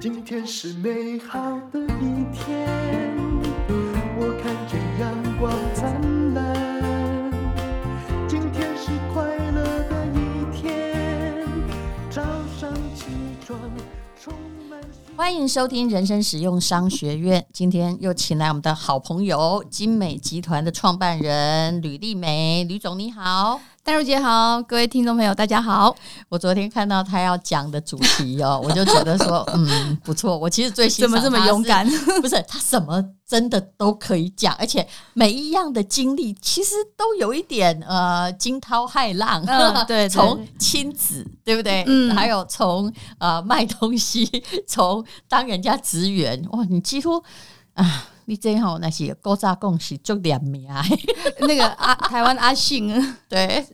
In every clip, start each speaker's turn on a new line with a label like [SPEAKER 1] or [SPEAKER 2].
[SPEAKER 1] 今天是美好的一天，我看见阳光灿烂。今天是快乐的一天，早上起床充满希
[SPEAKER 2] 欢迎收听人生实用商学院。今天又请来我们的好朋友金美集团的创办人吕丽梅，吕总你好。
[SPEAKER 3] 戴茹姐好，各位听众朋友大家好。
[SPEAKER 2] 我昨天看到他要讲的主题哦，我就觉得说，嗯，不错。我其实最欣赏
[SPEAKER 3] 怎么这么勇敢
[SPEAKER 2] 他 是？不是他什么真的都可以讲，而且每一样的经历其实都有一点呃惊涛骇浪。
[SPEAKER 3] 嗯对对
[SPEAKER 2] 从亲子对不对？
[SPEAKER 3] 嗯
[SPEAKER 2] 还有从呃卖东西，从当人家职员，哇，你几乎啊。你真好，那些高炸共识就两名， 啊
[SPEAKER 3] 那个阿台湾阿 信，啊
[SPEAKER 2] 对，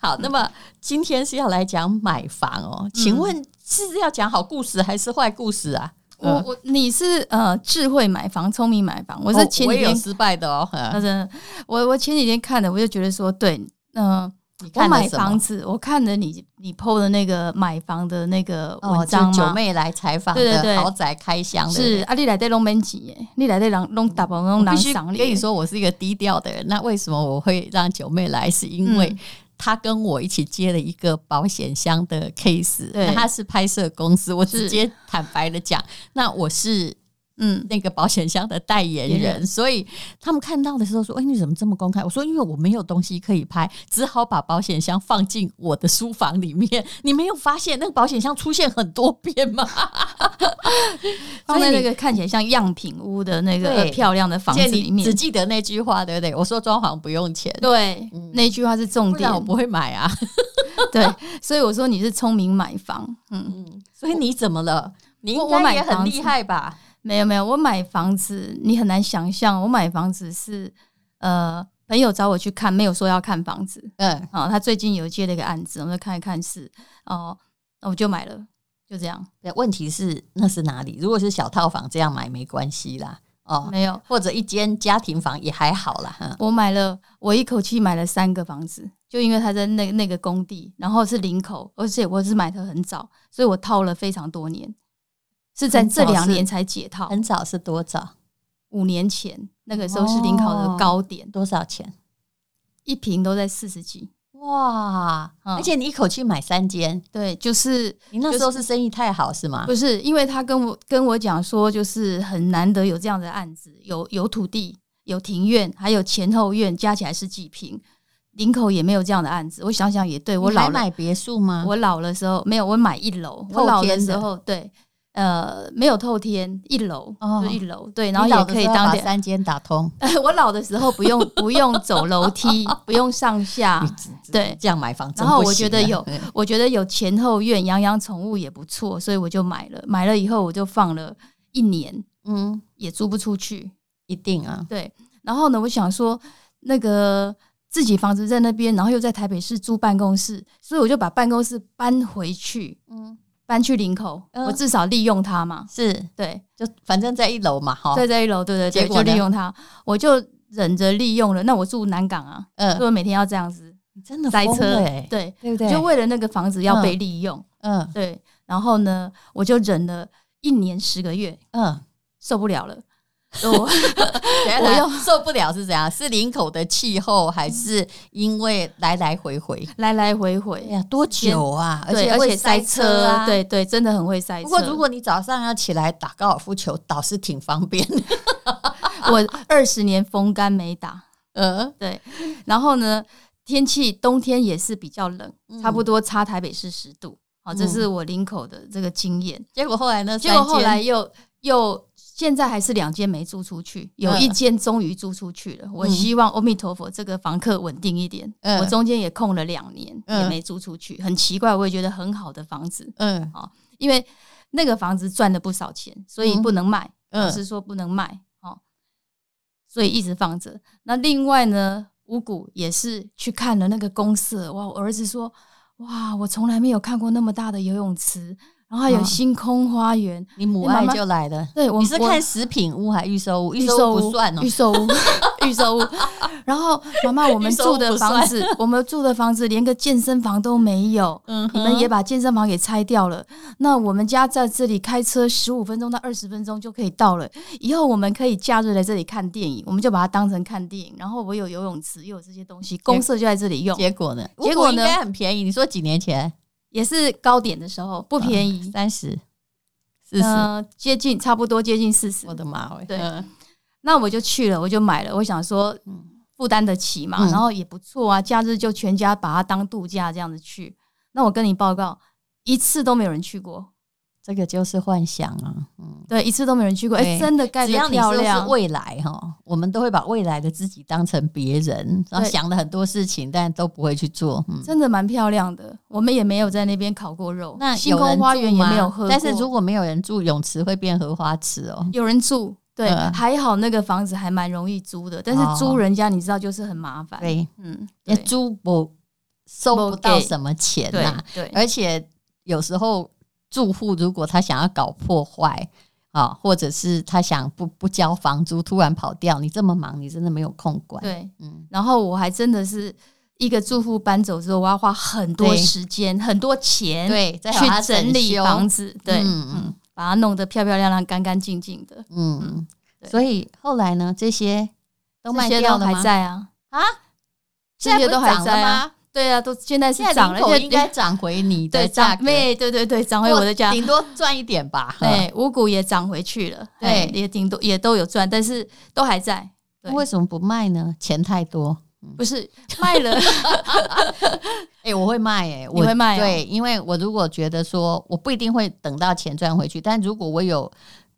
[SPEAKER 2] 好，那么今天是要来讲买房
[SPEAKER 3] 嗯
[SPEAKER 2] 哦，请问是要讲好故事还是坏故事啊？
[SPEAKER 3] 我
[SPEAKER 2] 嗯
[SPEAKER 3] 我你是呃智慧买房，聪明买房。我是前
[SPEAKER 2] 哦
[SPEAKER 3] 几
[SPEAKER 2] 也有
[SPEAKER 3] 天，
[SPEAKER 2] 失败的哦，
[SPEAKER 3] 啊
[SPEAKER 2] 嗯
[SPEAKER 3] 真的，我我前几天看的，我就觉得说，对，嗯、
[SPEAKER 2] 你
[SPEAKER 3] 我
[SPEAKER 2] 看了
[SPEAKER 3] 买
[SPEAKER 2] 什么
[SPEAKER 3] 房子，我看了你你 PO 的那个买房的那个
[SPEAKER 2] 哦，
[SPEAKER 3] 文
[SPEAKER 2] 就
[SPEAKER 3] 章
[SPEAKER 2] 九
[SPEAKER 3] 嘛，
[SPEAKER 2] 妹来采访
[SPEAKER 3] 对对
[SPEAKER 2] 的
[SPEAKER 3] 对
[SPEAKER 2] 豪宅开箱对不
[SPEAKER 3] 是
[SPEAKER 2] 对
[SPEAKER 3] 啊，你来在弄门钱耶，你来在让弄打包弄
[SPEAKER 2] 我
[SPEAKER 3] 狼
[SPEAKER 2] 必须
[SPEAKER 3] 赏
[SPEAKER 2] 跟你，说，我是一个低调的人。那为什么我会让九妹来？是因为
[SPEAKER 3] 嗯
[SPEAKER 2] 她跟我一起接了一个保险箱的 case，
[SPEAKER 3] 对
[SPEAKER 2] 那她是拍摄公司，我直
[SPEAKER 3] 是
[SPEAKER 2] 接坦白的讲，那我是
[SPEAKER 3] 嗯，
[SPEAKER 2] 那个保险箱的代言
[SPEAKER 3] 代言
[SPEAKER 2] 人，所以他们看到的时候说：“哎，你怎么这么公开？”我说：“因为我没有东西可以拍，只好把保险箱放进我的书房里面。你没有发现那个保险箱出现很多遍吗？所
[SPEAKER 3] 放在
[SPEAKER 2] 以
[SPEAKER 3] 那
[SPEAKER 2] 你
[SPEAKER 3] 个看起来像样品屋的那个呃
[SPEAKER 2] 对
[SPEAKER 3] 漂亮的房子
[SPEAKER 2] 而且
[SPEAKER 3] 里
[SPEAKER 2] 你
[SPEAKER 3] 面
[SPEAKER 2] 只，记得那句话，对不对？我说装潢不用钱，
[SPEAKER 3] 对，那句话是重
[SPEAKER 2] 嗯不
[SPEAKER 3] 点
[SPEAKER 2] 然我，不会买啊。
[SPEAKER 3] 对，所以我说你是聪明买房，嗯，
[SPEAKER 2] 所以你怎么了？你应
[SPEAKER 3] 我
[SPEAKER 2] 该
[SPEAKER 3] 买
[SPEAKER 2] 也很
[SPEAKER 3] 房
[SPEAKER 2] 厉
[SPEAKER 3] 子
[SPEAKER 2] 害吧？
[SPEAKER 3] 没有没有，我买房子你很难想象，我买房子是呃朋友找我去看，没有说要看房子
[SPEAKER 2] 嗯，
[SPEAKER 3] 啊、他最近有接了一个案子，我们就看一看是哦，那我就买了，就这样，
[SPEAKER 2] 对问题是那是哪里？如果是小套房这样买没关系啦，哦，
[SPEAKER 3] 没有，
[SPEAKER 2] 或者一间家庭房也还好啦。嗯
[SPEAKER 3] 我买了，我一口气买了三个房子，就因为他在那那个工地，然后是林口，而且我是买的很早，所以我套了非常多年，是在
[SPEAKER 2] 很
[SPEAKER 3] 这
[SPEAKER 2] 早
[SPEAKER 3] 两
[SPEAKER 2] 是
[SPEAKER 3] 年才解套，
[SPEAKER 2] 很早是哦多早？
[SPEAKER 3] 五年前那个时候是林口的高点，
[SPEAKER 2] 多少钱？
[SPEAKER 3] 一瓶都在四十几。
[SPEAKER 2] 哇！
[SPEAKER 3] 嗯
[SPEAKER 2] 而且你一口气买三间，
[SPEAKER 3] 对，就是
[SPEAKER 2] 你那时候是生意太好是吗？
[SPEAKER 3] 不是因为他跟我跟我讲说，就是很难得有这样的案子，有有土地，有庭院，还有前后院，加起来是几平。林口也没有这样的案子，我想想也对，我
[SPEAKER 2] 你还
[SPEAKER 3] 老了，
[SPEAKER 2] 买别墅吗？
[SPEAKER 3] 我老的时候没有，我买一楼，
[SPEAKER 2] 透
[SPEAKER 3] 我老
[SPEAKER 2] 天
[SPEAKER 3] 的
[SPEAKER 2] 的
[SPEAKER 3] 时候对，呃，没有透天，一楼、
[SPEAKER 2] 哦
[SPEAKER 3] 就一楼，对，
[SPEAKER 2] 你
[SPEAKER 3] 然后
[SPEAKER 2] 老
[SPEAKER 3] 也
[SPEAKER 2] 的
[SPEAKER 3] 可以
[SPEAKER 2] 时候
[SPEAKER 3] 当
[SPEAKER 2] 把
[SPEAKER 3] 点。
[SPEAKER 2] 三间打通，
[SPEAKER 3] 我老的时候不用不用走 楼梯，不用上下，对
[SPEAKER 2] 这样买房真
[SPEAKER 3] 然后
[SPEAKER 2] 啊不
[SPEAKER 3] 我
[SPEAKER 2] 行
[SPEAKER 3] 觉得
[SPEAKER 2] 啊
[SPEAKER 3] 有
[SPEAKER 2] 嗯
[SPEAKER 3] 我觉得有前后院养养宠物也不错，所以我就买了。买了以后我就放了一年，
[SPEAKER 2] 嗯，
[SPEAKER 3] 也租不出去。
[SPEAKER 2] 一定啊，
[SPEAKER 3] 对，然后呢，我想说那个自己房子在那边，然后又在台北市租办公室，所以我就把办公室搬回去，
[SPEAKER 2] 嗯，
[SPEAKER 3] 搬去林口，
[SPEAKER 2] 嗯
[SPEAKER 3] 我至少利用它嘛。
[SPEAKER 2] 是，
[SPEAKER 3] 对，
[SPEAKER 2] 就反正在一楼嘛，哈，
[SPEAKER 3] 在这一楼，对对
[SPEAKER 2] 结
[SPEAKER 3] 对，
[SPEAKER 2] 果
[SPEAKER 3] 就
[SPEAKER 2] 呢
[SPEAKER 3] 利用它，我就忍着利用了。那我住南港啊，
[SPEAKER 2] 嗯
[SPEAKER 3] 所以，我每天要这样子
[SPEAKER 2] 你真的
[SPEAKER 3] 塞
[SPEAKER 2] 疯
[SPEAKER 3] 车
[SPEAKER 2] 了欸，
[SPEAKER 3] 对，
[SPEAKER 2] 对不对？
[SPEAKER 3] 就为了那个房子要被
[SPEAKER 2] 嗯
[SPEAKER 3] 利用。
[SPEAKER 2] 嗯
[SPEAKER 3] 对，然后呢，我就忍了一年十个月，
[SPEAKER 2] 嗯，
[SPEAKER 3] 受不了了。 我
[SPEAKER 2] 我
[SPEAKER 3] 我
[SPEAKER 2] 又
[SPEAKER 3] 又
[SPEAKER 2] 受不了是怎样？是林口的气候，还是因为来来回回？
[SPEAKER 3] 来来回
[SPEAKER 2] 哎
[SPEAKER 3] 回，
[SPEAKER 2] 呀，多久啊？
[SPEAKER 3] 对，而
[SPEAKER 2] 会
[SPEAKER 3] 且塞
[SPEAKER 2] 车
[SPEAKER 3] 车
[SPEAKER 2] 啊，
[SPEAKER 3] 对对，真的很会塞
[SPEAKER 2] 不
[SPEAKER 3] 车。
[SPEAKER 2] 过，如果你早上要起来打高尔夫球，倒是挺方便 的。
[SPEAKER 3] 我二十年风干没打，
[SPEAKER 2] 呃，
[SPEAKER 3] 对，然后呢，天气冬天也是比较冷，
[SPEAKER 2] 嗯
[SPEAKER 3] 差不多差台北市十度。好，这是我林口的这个经验。
[SPEAKER 2] 结果后来呢？
[SPEAKER 3] 结果后来
[SPEAKER 2] 三间
[SPEAKER 3] 又又现在还是两间没租出去，有
[SPEAKER 2] 嗯
[SPEAKER 3] 一间终于租出去了。我
[SPEAKER 2] 嗯
[SPEAKER 3] 希望阿弥陀佛这个房客稳定一点。
[SPEAKER 2] 嗯
[SPEAKER 3] 我中间也空了两年，
[SPEAKER 2] 嗯
[SPEAKER 3] 也没租出去，很奇怪。我也觉得很好的房子，
[SPEAKER 2] 嗯
[SPEAKER 3] 因为那个房子赚了不少钱，所以
[SPEAKER 2] 嗯
[SPEAKER 3] 不能卖，老
[SPEAKER 2] 嗯
[SPEAKER 3] 师说不能卖哦，所以一直放着。那另外呢，五谷也是去看了那个公社，哇，我儿子说。哇，我从来没有看过那么大的游泳池，然后还有
[SPEAKER 2] 嗯
[SPEAKER 3] 星空花园，
[SPEAKER 2] 你母
[SPEAKER 3] 你妈
[SPEAKER 2] 爱
[SPEAKER 3] 妈
[SPEAKER 2] 就来了。
[SPEAKER 3] 对我
[SPEAKER 2] 你是
[SPEAKER 3] 我
[SPEAKER 2] 看食品屋还预售屋？
[SPEAKER 3] 预
[SPEAKER 2] 售
[SPEAKER 3] 售
[SPEAKER 2] 不算哦
[SPEAKER 3] 预。售屋， 预售屋。然后妈妈，我们
[SPEAKER 2] 预售屋
[SPEAKER 3] 住的
[SPEAKER 2] 不
[SPEAKER 3] 房
[SPEAKER 2] 算
[SPEAKER 3] 子，我们住的房子连个健身房都没有，
[SPEAKER 2] 嗯哼
[SPEAKER 3] 你们也把健身房给拆掉了。那我们家在这里开车十五分钟到二十分钟就可以到了。以后我们可以假日来这里看电影，我们就把它当成看电影。然后我有游泳池，又有这些东西，公社就在这里用，
[SPEAKER 2] 结果呢？
[SPEAKER 3] 结果
[SPEAKER 2] 乌骨
[SPEAKER 3] 呢
[SPEAKER 2] 应该很便宜。你说几年前？
[SPEAKER 3] 也是高点的时候不便宜，
[SPEAKER 2] 三十、四
[SPEAKER 3] 嗯、
[SPEAKER 2] 十。
[SPEAKER 3] 接近差不多接近四十
[SPEAKER 2] 我。的妈喂！
[SPEAKER 3] 对
[SPEAKER 2] 嗯
[SPEAKER 3] 那我就去了，我就买了，我想说负担得起嘛，
[SPEAKER 2] 嗯
[SPEAKER 3] 然后也不错啊，假日就全家把它当度假这样子去。那我跟你报告，一次都没有人去过，
[SPEAKER 2] 这个就是幻想啊。嗯，
[SPEAKER 3] 对，一次都没有人去过，
[SPEAKER 2] 对
[SPEAKER 3] 哎，真的盖
[SPEAKER 2] 只
[SPEAKER 3] 得
[SPEAKER 2] 要你
[SPEAKER 3] 漂
[SPEAKER 2] 说是
[SPEAKER 3] 亮，
[SPEAKER 2] 未来哈，我们都会把未来的自己当成别人，然后
[SPEAKER 3] 对
[SPEAKER 2] 想了很多事情，但都不会去做。嗯，
[SPEAKER 3] 真的蛮漂亮的。我们也没有在那边烤过肉，
[SPEAKER 2] 那
[SPEAKER 3] 星
[SPEAKER 2] 有人
[SPEAKER 3] 空花园
[SPEAKER 2] 住
[SPEAKER 3] 也
[SPEAKER 2] 吗
[SPEAKER 3] 没有喝过，
[SPEAKER 2] 但是如果没有人住，泳池会变荷花池哦。
[SPEAKER 3] 有人住。对，
[SPEAKER 2] 嗯
[SPEAKER 3] 还好那个房子还蛮容易租的，但
[SPEAKER 2] 哦
[SPEAKER 3] 是租人家你知道就是很麻烦。，
[SPEAKER 2] 对，
[SPEAKER 3] 嗯，
[SPEAKER 2] 也
[SPEAKER 3] 对
[SPEAKER 2] 租不收不到
[SPEAKER 3] 没给
[SPEAKER 2] 什么钱啊
[SPEAKER 3] 对
[SPEAKER 2] 呐、
[SPEAKER 3] 对，
[SPEAKER 2] 而且有时候住户如果他想要搞破坏啊，或者是他想不不交房租，突然跑掉，你这么忙，你真的没有空管。，
[SPEAKER 3] 对，
[SPEAKER 2] 嗯，
[SPEAKER 3] 然后我还真的是一个住户搬走之后，我要花很多时间、很多钱
[SPEAKER 2] 对，再把它
[SPEAKER 3] 去整理
[SPEAKER 2] 整修
[SPEAKER 3] 房子，对，
[SPEAKER 2] 嗯
[SPEAKER 3] 嗯
[SPEAKER 2] 嗯
[SPEAKER 3] 把它弄得漂漂亮亮、干干净净的。
[SPEAKER 2] 嗯，
[SPEAKER 3] 对
[SPEAKER 2] 所以后来呢，这些都卖
[SPEAKER 3] 这些
[SPEAKER 2] 掉
[SPEAKER 3] 都
[SPEAKER 2] 了吗
[SPEAKER 3] 还在啊，
[SPEAKER 2] 啊，
[SPEAKER 3] 这些都还
[SPEAKER 2] 现不是
[SPEAKER 3] 在
[SPEAKER 2] 涨了
[SPEAKER 3] 啊
[SPEAKER 2] 吗？
[SPEAKER 3] 对啊，都现在是
[SPEAKER 2] 现在
[SPEAKER 3] 涨了，
[SPEAKER 2] 人口
[SPEAKER 3] 现在
[SPEAKER 2] 应该涨回你的
[SPEAKER 3] 对
[SPEAKER 2] 价
[SPEAKER 3] 涨
[SPEAKER 2] 格，
[SPEAKER 3] 妹，对对对，涨回我的价
[SPEAKER 2] 或。顶多赚一点吧。嗯
[SPEAKER 3] 对，五谷也涨回去了，
[SPEAKER 2] 对
[SPEAKER 3] 哎也挺多，也都有赚，但是都还在。
[SPEAKER 2] 那
[SPEAKER 3] 对
[SPEAKER 2] 为什么不卖呢？钱太多。
[SPEAKER 3] 不是卖 了，
[SPEAKER 2] 哎、我会卖哎、我
[SPEAKER 3] 会卖哦
[SPEAKER 2] 对，因为我如果觉得说我不一定会等到钱赚回去，但如果我有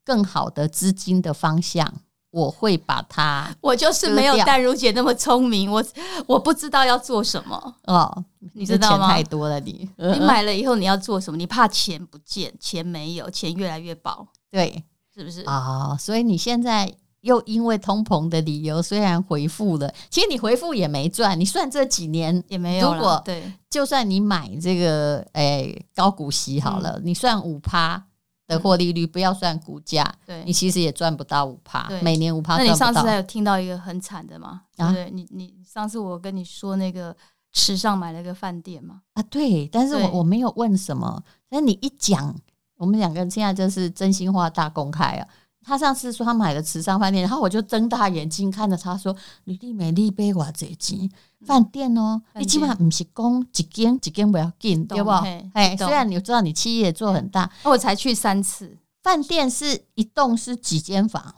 [SPEAKER 2] 更好的资金的方向，我会把它
[SPEAKER 3] 我就是没有
[SPEAKER 2] 割掉
[SPEAKER 3] 淡如姐那么聪明，我我不知道要做什么。
[SPEAKER 2] 哦，
[SPEAKER 3] 你知道
[SPEAKER 2] 这
[SPEAKER 3] 吗呃
[SPEAKER 2] 钱太多了你，
[SPEAKER 3] 你买了以后你要做什么？你怕钱不见，钱没有，钱越来越薄，
[SPEAKER 2] 对
[SPEAKER 3] 是不是？
[SPEAKER 2] 啊、哦，所以你现在。又因为通膨的理由，虽然回复了，其实你回复也没赚。你算这几年，
[SPEAKER 3] 也没有啦
[SPEAKER 2] 如果
[SPEAKER 3] 对
[SPEAKER 2] 就算你买这个诶、高股息好
[SPEAKER 3] 嗯
[SPEAKER 2] 了，你算五趴的获利率，不要算股价，
[SPEAKER 3] 对
[SPEAKER 2] 你，其实也赚不到五趴，
[SPEAKER 3] 对
[SPEAKER 2] 每年五趴
[SPEAKER 3] 那
[SPEAKER 2] 赚
[SPEAKER 3] 你
[SPEAKER 2] 不到。
[SPEAKER 3] 上次还有听到一个很惨的吗？对
[SPEAKER 2] 啊
[SPEAKER 3] 不对？你你上次我跟你说那个池上买了个饭店嘛，
[SPEAKER 2] 啊，对，但是我
[SPEAKER 3] 对
[SPEAKER 2] 我没有问什么，但是你一讲，我们两个人现在就是真心话大公开啊。他上次说他买了慈善饭店，然后我就睁大眼睛看着他说：“你丽美丽杯我这钱饭店哦，
[SPEAKER 3] 饭
[SPEAKER 2] 你起码
[SPEAKER 3] 店
[SPEAKER 2] 不是讲一间一间不要进，对
[SPEAKER 3] 懂
[SPEAKER 2] 不
[SPEAKER 3] 嘿？
[SPEAKER 2] 哎，虽
[SPEAKER 3] 懂
[SPEAKER 2] 然你知道你企业做很大，
[SPEAKER 3] 哦那我才去三次，
[SPEAKER 2] 饭店是一栋是几间房，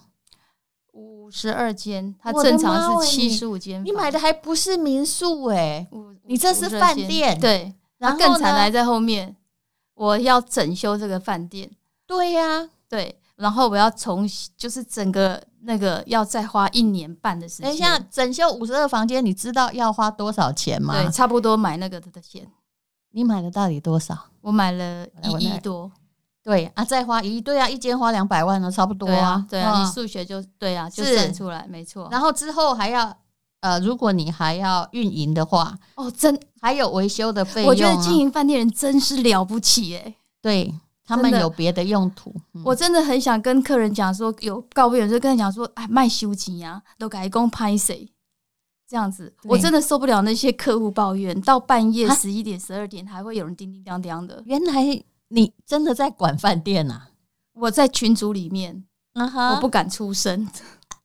[SPEAKER 3] 五十二间，它
[SPEAKER 2] 我的
[SPEAKER 3] 正
[SPEAKER 2] 妈
[SPEAKER 3] 常
[SPEAKER 2] 喂
[SPEAKER 3] 是七十五间，
[SPEAKER 2] 你买的还不是民宿哎、
[SPEAKER 3] 五，
[SPEAKER 2] 你这是
[SPEAKER 3] 52间
[SPEAKER 2] 饭店
[SPEAKER 3] 对，
[SPEAKER 2] 然后
[SPEAKER 3] 那啊更惨
[SPEAKER 2] 呢
[SPEAKER 3] 的还在后面，我要整修这个饭店，
[SPEAKER 2] 对呀、
[SPEAKER 3] 对，然后我要重就是整个那个要再花一年半的时间，
[SPEAKER 2] 等一下整修五十二房间，你知道要花多少钱吗？
[SPEAKER 3] 对，差不多买那个的钱，
[SPEAKER 2] 你买的到底多少？
[SPEAKER 3] 我买了
[SPEAKER 2] 来我
[SPEAKER 3] 一
[SPEAKER 2] 那
[SPEAKER 3] 亿多。
[SPEAKER 2] 对啊，再花一对啊，一间花两百万呢，差不多
[SPEAKER 3] 对啊，对啊，
[SPEAKER 2] 嗯
[SPEAKER 3] 你数学就对啊，就是整出来，没错。
[SPEAKER 2] 然后之后还要呃，如果你还要运营的话，
[SPEAKER 3] 哦，真，
[SPEAKER 2] 还有维修的费用、啊。
[SPEAKER 3] 我觉得经营饭店人真是了不起哎、
[SPEAKER 2] 对他们
[SPEAKER 3] 真的
[SPEAKER 2] 有别的用途。嗯
[SPEAKER 3] 我真的很想跟客人讲说，有告别人就跟他讲说，哎，卖修钱呀，都改工拍谁。这样子，
[SPEAKER 2] 对
[SPEAKER 3] 我真的受不了那些客户抱怨，到半夜
[SPEAKER 2] 啊
[SPEAKER 3] 十一点、十二点还会有人叮叮当当的。
[SPEAKER 2] 原来你真的在管饭店啊呐、
[SPEAKER 3] 我在群组里面，
[SPEAKER 2] 啊？
[SPEAKER 3] 我不，敢出声。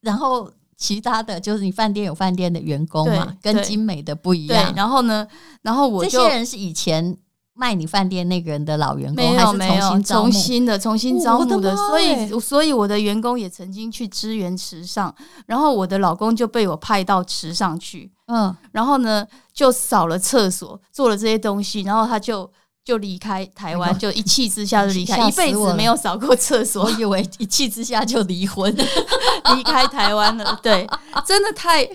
[SPEAKER 2] 然后其他的就是你饭店有饭店的员工嘛，
[SPEAKER 3] 对
[SPEAKER 2] 跟
[SPEAKER 3] 对
[SPEAKER 2] 精美的不一
[SPEAKER 3] 对，
[SPEAKER 2] 样。
[SPEAKER 3] 然后呢，然后我
[SPEAKER 2] 这
[SPEAKER 3] 就
[SPEAKER 2] 些人是以前卖你饭店那个人的老员工，
[SPEAKER 3] 没
[SPEAKER 2] 还
[SPEAKER 3] 有
[SPEAKER 2] 是
[SPEAKER 3] 没
[SPEAKER 2] 重
[SPEAKER 3] 有
[SPEAKER 2] 新招募？哦
[SPEAKER 3] 新的重新招募的，
[SPEAKER 2] 我
[SPEAKER 3] 所
[SPEAKER 2] 的妈耶
[SPEAKER 3] 以所以我的员工也曾经去支援池上，然后我的老公就被我派到池上去，
[SPEAKER 2] 嗯，
[SPEAKER 3] 然后呢就扫了厕所，做了这些东西，然后他就就离开台
[SPEAKER 2] 哎
[SPEAKER 3] 湾，
[SPEAKER 2] 呦
[SPEAKER 3] 就一气之下就离开，
[SPEAKER 2] 吓
[SPEAKER 3] 一
[SPEAKER 2] 死我了
[SPEAKER 3] 辈子没有扫过厕所
[SPEAKER 2] 我，以为一气之下就离婚。
[SPEAKER 3] 离开台湾了，对，真的太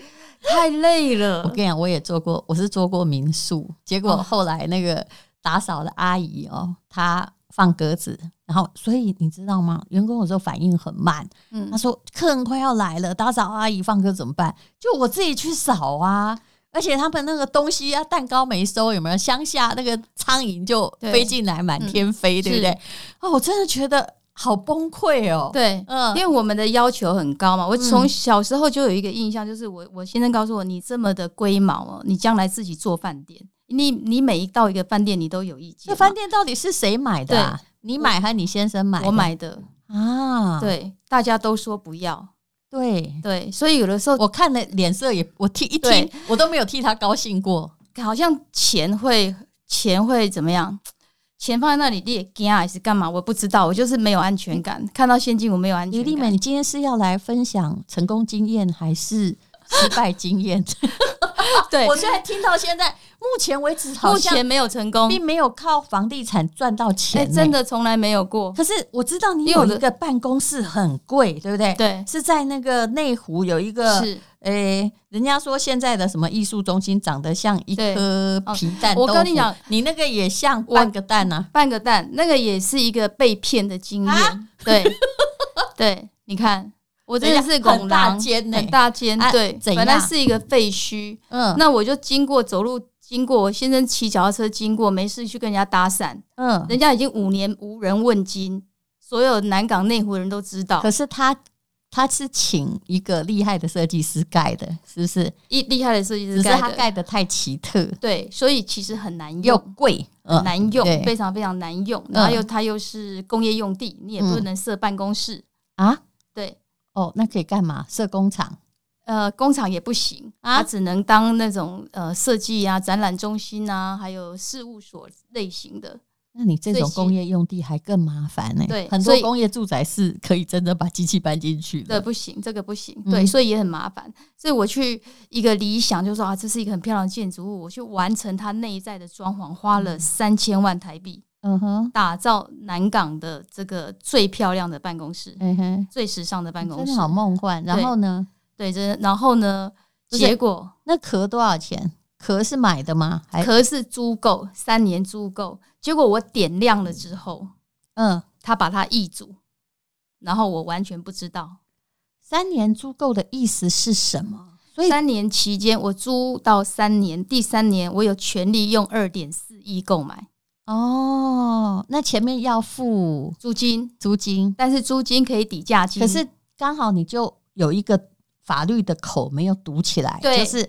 [SPEAKER 3] 太累
[SPEAKER 2] 我
[SPEAKER 3] 了
[SPEAKER 2] 跟，你讲，我也做过，我是做过民宿，结果
[SPEAKER 3] 哦
[SPEAKER 2] 后来那个打扫的阿姨哦，她放鸽子，然后所以你知道吗？员工有时候反应很慢，
[SPEAKER 3] 嗯
[SPEAKER 2] 她，说客人快要来了，打扫阿姨放鸽子怎么办？就我自己去扫啊。而且他们那个东西啊，蛋糕没收，有没有？乡下那个苍蝇就
[SPEAKER 3] 对嗯
[SPEAKER 2] 飞进来，满天飞，对不对
[SPEAKER 3] 是？
[SPEAKER 2] 哦，我真的觉得好崩溃哦。，
[SPEAKER 3] 对，
[SPEAKER 2] 嗯
[SPEAKER 3] 因为我们的要求很高嘛。我从小时候就有一个印象，就是我我先生告诉我，你这么的龟毛哦，你将来自己做饭店，你你每一到一个饭店，你都有意见
[SPEAKER 2] 这
[SPEAKER 3] 嘛。
[SPEAKER 2] 饭店到底是谁买的、啊？你买还是你先生买的？
[SPEAKER 3] 我买的，
[SPEAKER 2] 啊，
[SPEAKER 3] 对，大家都说不要，
[SPEAKER 2] 对。
[SPEAKER 3] 对，所以有的时候
[SPEAKER 2] 我看了脸色也，我替一听
[SPEAKER 3] 对，
[SPEAKER 2] 我都没有替他高兴过。
[SPEAKER 3] 好像钱会钱会怎么样？钱放在那里，你也惊还是干嘛？我不知道，我就是没有安全
[SPEAKER 2] 嗯
[SPEAKER 3] 感。看到现金，我没有安全
[SPEAKER 2] 李丽美，
[SPEAKER 3] 感。
[SPEAKER 2] 你今天是要来分享成功经验还是失败经 验？
[SPEAKER 3] 对，
[SPEAKER 2] 我虽然听到现在，目前为止好
[SPEAKER 3] 目
[SPEAKER 2] 像
[SPEAKER 3] 前没有成功，
[SPEAKER 2] 并没有靠房地产赚到
[SPEAKER 3] 哎、
[SPEAKER 2] 钱、欸
[SPEAKER 3] 真。的从来没有过。
[SPEAKER 2] 可是我知道你
[SPEAKER 3] 因为
[SPEAKER 2] 有
[SPEAKER 3] 我的
[SPEAKER 2] 一个办公室很贵，对不对？，
[SPEAKER 3] 对，
[SPEAKER 2] 是在那个内湖有一个，
[SPEAKER 3] 是
[SPEAKER 2] 诶、人家说现在的什么艺术中心长得像一
[SPEAKER 3] 对
[SPEAKER 2] 颗皮蛋、
[SPEAKER 3] 我跟你讲，
[SPEAKER 2] 哦你那个也像半个蛋啊。
[SPEAKER 3] 半个蛋，那个也是一个被骗的经验。
[SPEAKER 2] 啊
[SPEAKER 3] 对， 对，你看，我真的是拱哎
[SPEAKER 2] 很大
[SPEAKER 3] 廊
[SPEAKER 2] 间呢
[SPEAKER 3] 很大间。
[SPEAKER 2] 啊
[SPEAKER 3] 对，
[SPEAKER 2] 怎
[SPEAKER 3] 本来
[SPEAKER 2] 样
[SPEAKER 3] 是一个废墟，
[SPEAKER 2] 嗯，
[SPEAKER 3] 那我就经过走路经过，我先生骑脚踏车经过，没事去跟人家搭讪，
[SPEAKER 2] 嗯，
[SPEAKER 3] 人家已经五年无人问津，所有南港内湖人都知道
[SPEAKER 2] 可，是他他是请一个厉害的设计师盖的，是不是？
[SPEAKER 3] 一厉害的设计
[SPEAKER 2] 只是
[SPEAKER 3] 师盖
[SPEAKER 2] 他
[SPEAKER 3] 的，
[SPEAKER 2] 盖的太奇特
[SPEAKER 3] 对，所以其实很难
[SPEAKER 2] 又
[SPEAKER 3] 用。
[SPEAKER 2] 贵，嗯，
[SPEAKER 3] 难用
[SPEAKER 2] 对，
[SPEAKER 3] 非常非常难用。
[SPEAKER 2] 嗯
[SPEAKER 3] 然后又它又是工业用地，你也不
[SPEAKER 2] 嗯
[SPEAKER 3] 能设办公室。
[SPEAKER 2] 啊，
[SPEAKER 3] 对，
[SPEAKER 2] 哦，那可以干嘛？设工厂
[SPEAKER 3] 呃，工厂也不行，
[SPEAKER 2] 啊
[SPEAKER 3] 它只能当那种呃设计啊、展览中心啊，还有事务所类型的。
[SPEAKER 2] 那你这
[SPEAKER 3] 所以
[SPEAKER 2] 种
[SPEAKER 3] 其
[SPEAKER 2] 工业用地还更麻烦呢、
[SPEAKER 3] 对
[SPEAKER 2] 很
[SPEAKER 3] 所
[SPEAKER 2] 多
[SPEAKER 3] 以
[SPEAKER 2] 工业住宅是可以真的把机器搬进去
[SPEAKER 3] 对，
[SPEAKER 2] 的。
[SPEAKER 3] 不行，这个不行，
[SPEAKER 2] 嗯
[SPEAKER 3] 对，所以也很麻烦。所以我去一个理想，就说啊，这是一个很漂亮的建筑物，我去完成它内在的装潢，花了三千万台币，
[SPEAKER 2] 嗯哼，
[SPEAKER 3] 打造南港的这个最漂亮的办公室、
[SPEAKER 2] 嗯哼，
[SPEAKER 3] 最时尚的办公
[SPEAKER 2] 真
[SPEAKER 3] 室
[SPEAKER 2] 的。好梦幻。然后呢？
[SPEAKER 3] 对，这然后呢，
[SPEAKER 2] 就是
[SPEAKER 3] 结果
[SPEAKER 2] 那壳多少钱？壳是买的吗？还
[SPEAKER 3] 壳是租购三年租购，结果我点亮了之后，
[SPEAKER 2] 嗯，
[SPEAKER 3] 他把它易主，然后我完全不知道。
[SPEAKER 2] 三年租购的意思是什么？所以
[SPEAKER 3] 三年期间，我租到三年，第三年我有权利用二点四亿购买
[SPEAKER 2] 哦，那前面要付
[SPEAKER 3] 租金，
[SPEAKER 2] 租金，
[SPEAKER 3] 但是租金可以抵价金。
[SPEAKER 2] 可是刚好你就有一个法律的口没有堵起来，
[SPEAKER 3] 对
[SPEAKER 2] 就是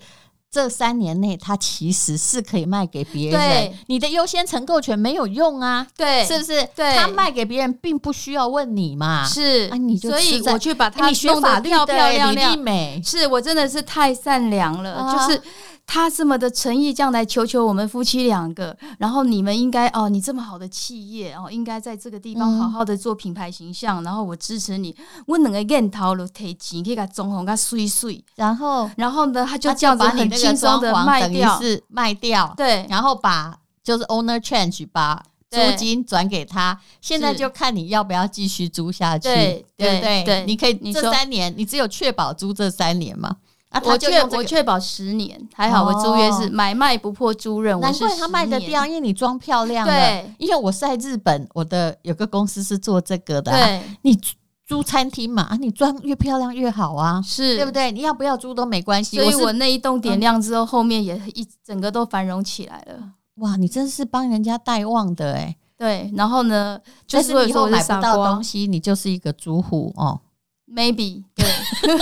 [SPEAKER 2] 这三年内它其实是可以卖给别人
[SPEAKER 3] 对，
[SPEAKER 2] 你的优先承购权没有用啊，
[SPEAKER 3] 对
[SPEAKER 2] 是不是？
[SPEAKER 3] 对
[SPEAKER 2] 他卖给别人并不需要问你嘛，
[SPEAKER 3] 是，
[SPEAKER 2] 啊你就
[SPEAKER 3] 所以
[SPEAKER 2] 吃在
[SPEAKER 3] 我去把
[SPEAKER 2] 哎
[SPEAKER 3] 它
[SPEAKER 2] 你学
[SPEAKER 3] 弄
[SPEAKER 2] 法
[SPEAKER 3] 得
[SPEAKER 2] 律
[SPEAKER 3] 漂
[SPEAKER 2] 的
[SPEAKER 3] 漂亮
[SPEAKER 2] 李丽
[SPEAKER 3] 亮。
[SPEAKER 2] 美，
[SPEAKER 3] 是我真的是太善良了，
[SPEAKER 2] 啊
[SPEAKER 3] 就是他这么的诚意，这样来求求我们夫妻两个，然后你们应该哦，你这么好的企业哦，应该在这个地
[SPEAKER 2] 嗯
[SPEAKER 3] 方好好的做品牌形象，然后我支持你，我两个认头了提钱去给中红给碎碎，
[SPEAKER 2] 然后
[SPEAKER 3] 然后呢，他就
[SPEAKER 2] 他
[SPEAKER 3] 这样子
[SPEAKER 2] 把你
[SPEAKER 3] 很
[SPEAKER 2] 那个
[SPEAKER 3] 轻松
[SPEAKER 2] 装
[SPEAKER 3] 的
[SPEAKER 2] 潢
[SPEAKER 3] 卖
[SPEAKER 2] 等于
[SPEAKER 3] 掉，
[SPEAKER 2] 是卖掉，
[SPEAKER 3] 对
[SPEAKER 2] 然后把就是 owner change 把租
[SPEAKER 3] 对
[SPEAKER 2] 金转给他，现在
[SPEAKER 3] 是
[SPEAKER 2] 就看你要不要继续租下去，
[SPEAKER 3] 对
[SPEAKER 2] 对不
[SPEAKER 3] 对对
[SPEAKER 2] 你可以
[SPEAKER 3] 你
[SPEAKER 2] 这
[SPEAKER 3] 说
[SPEAKER 2] 三年，你只有确保租这三年嘛？啊，他
[SPEAKER 3] 我
[SPEAKER 2] 就
[SPEAKER 3] 确
[SPEAKER 2] 用这
[SPEAKER 3] 我
[SPEAKER 2] 个，
[SPEAKER 3] 确保十年，还好我租约是
[SPEAKER 2] 哦
[SPEAKER 3] 买卖不破租赁，我
[SPEAKER 2] 难
[SPEAKER 3] 是
[SPEAKER 2] 怪他
[SPEAKER 3] 10
[SPEAKER 2] 卖得
[SPEAKER 3] 年
[SPEAKER 2] 掉，因为你装漂亮了
[SPEAKER 3] 对。
[SPEAKER 2] 因为我是在日本，我的有个公司是做这个的、啊，
[SPEAKER 3] 对，
[SPEAKER 2] 你租租餐厅嘛，啊，你装越漂亮越好啊，
[SPEAKER 3] 是
[SPEAKER 2] 对不？对？你要不要租都没关系。
[SPEAKER 3] 所以
[SPEAKER 2] 是
[SPEAKER 3] 我那一栋点
[SPEAKER 2] 嗯
[SPEAKER 3] 亮之后，后面也一整个都繁荣起来了。
[SPEAKER 2] 哇，你真是帮人家带旺的哎、
[SPEAKER 3] 对，然后呢，就
[SPEAKER 2] 但
[SPEAKER 3] 是
[SPEAKER 2] 是你以后
[SPEAKER 3] 我是
[SPEAKER 2] 买不
[SPEAKER 3] 傻
[SPEAKER 2] 到
[SPEAKER 3] 瓜
[SPEAKER 2] 东西，你就是一个租户哦。
[SPEAKER 3] ，maybe 对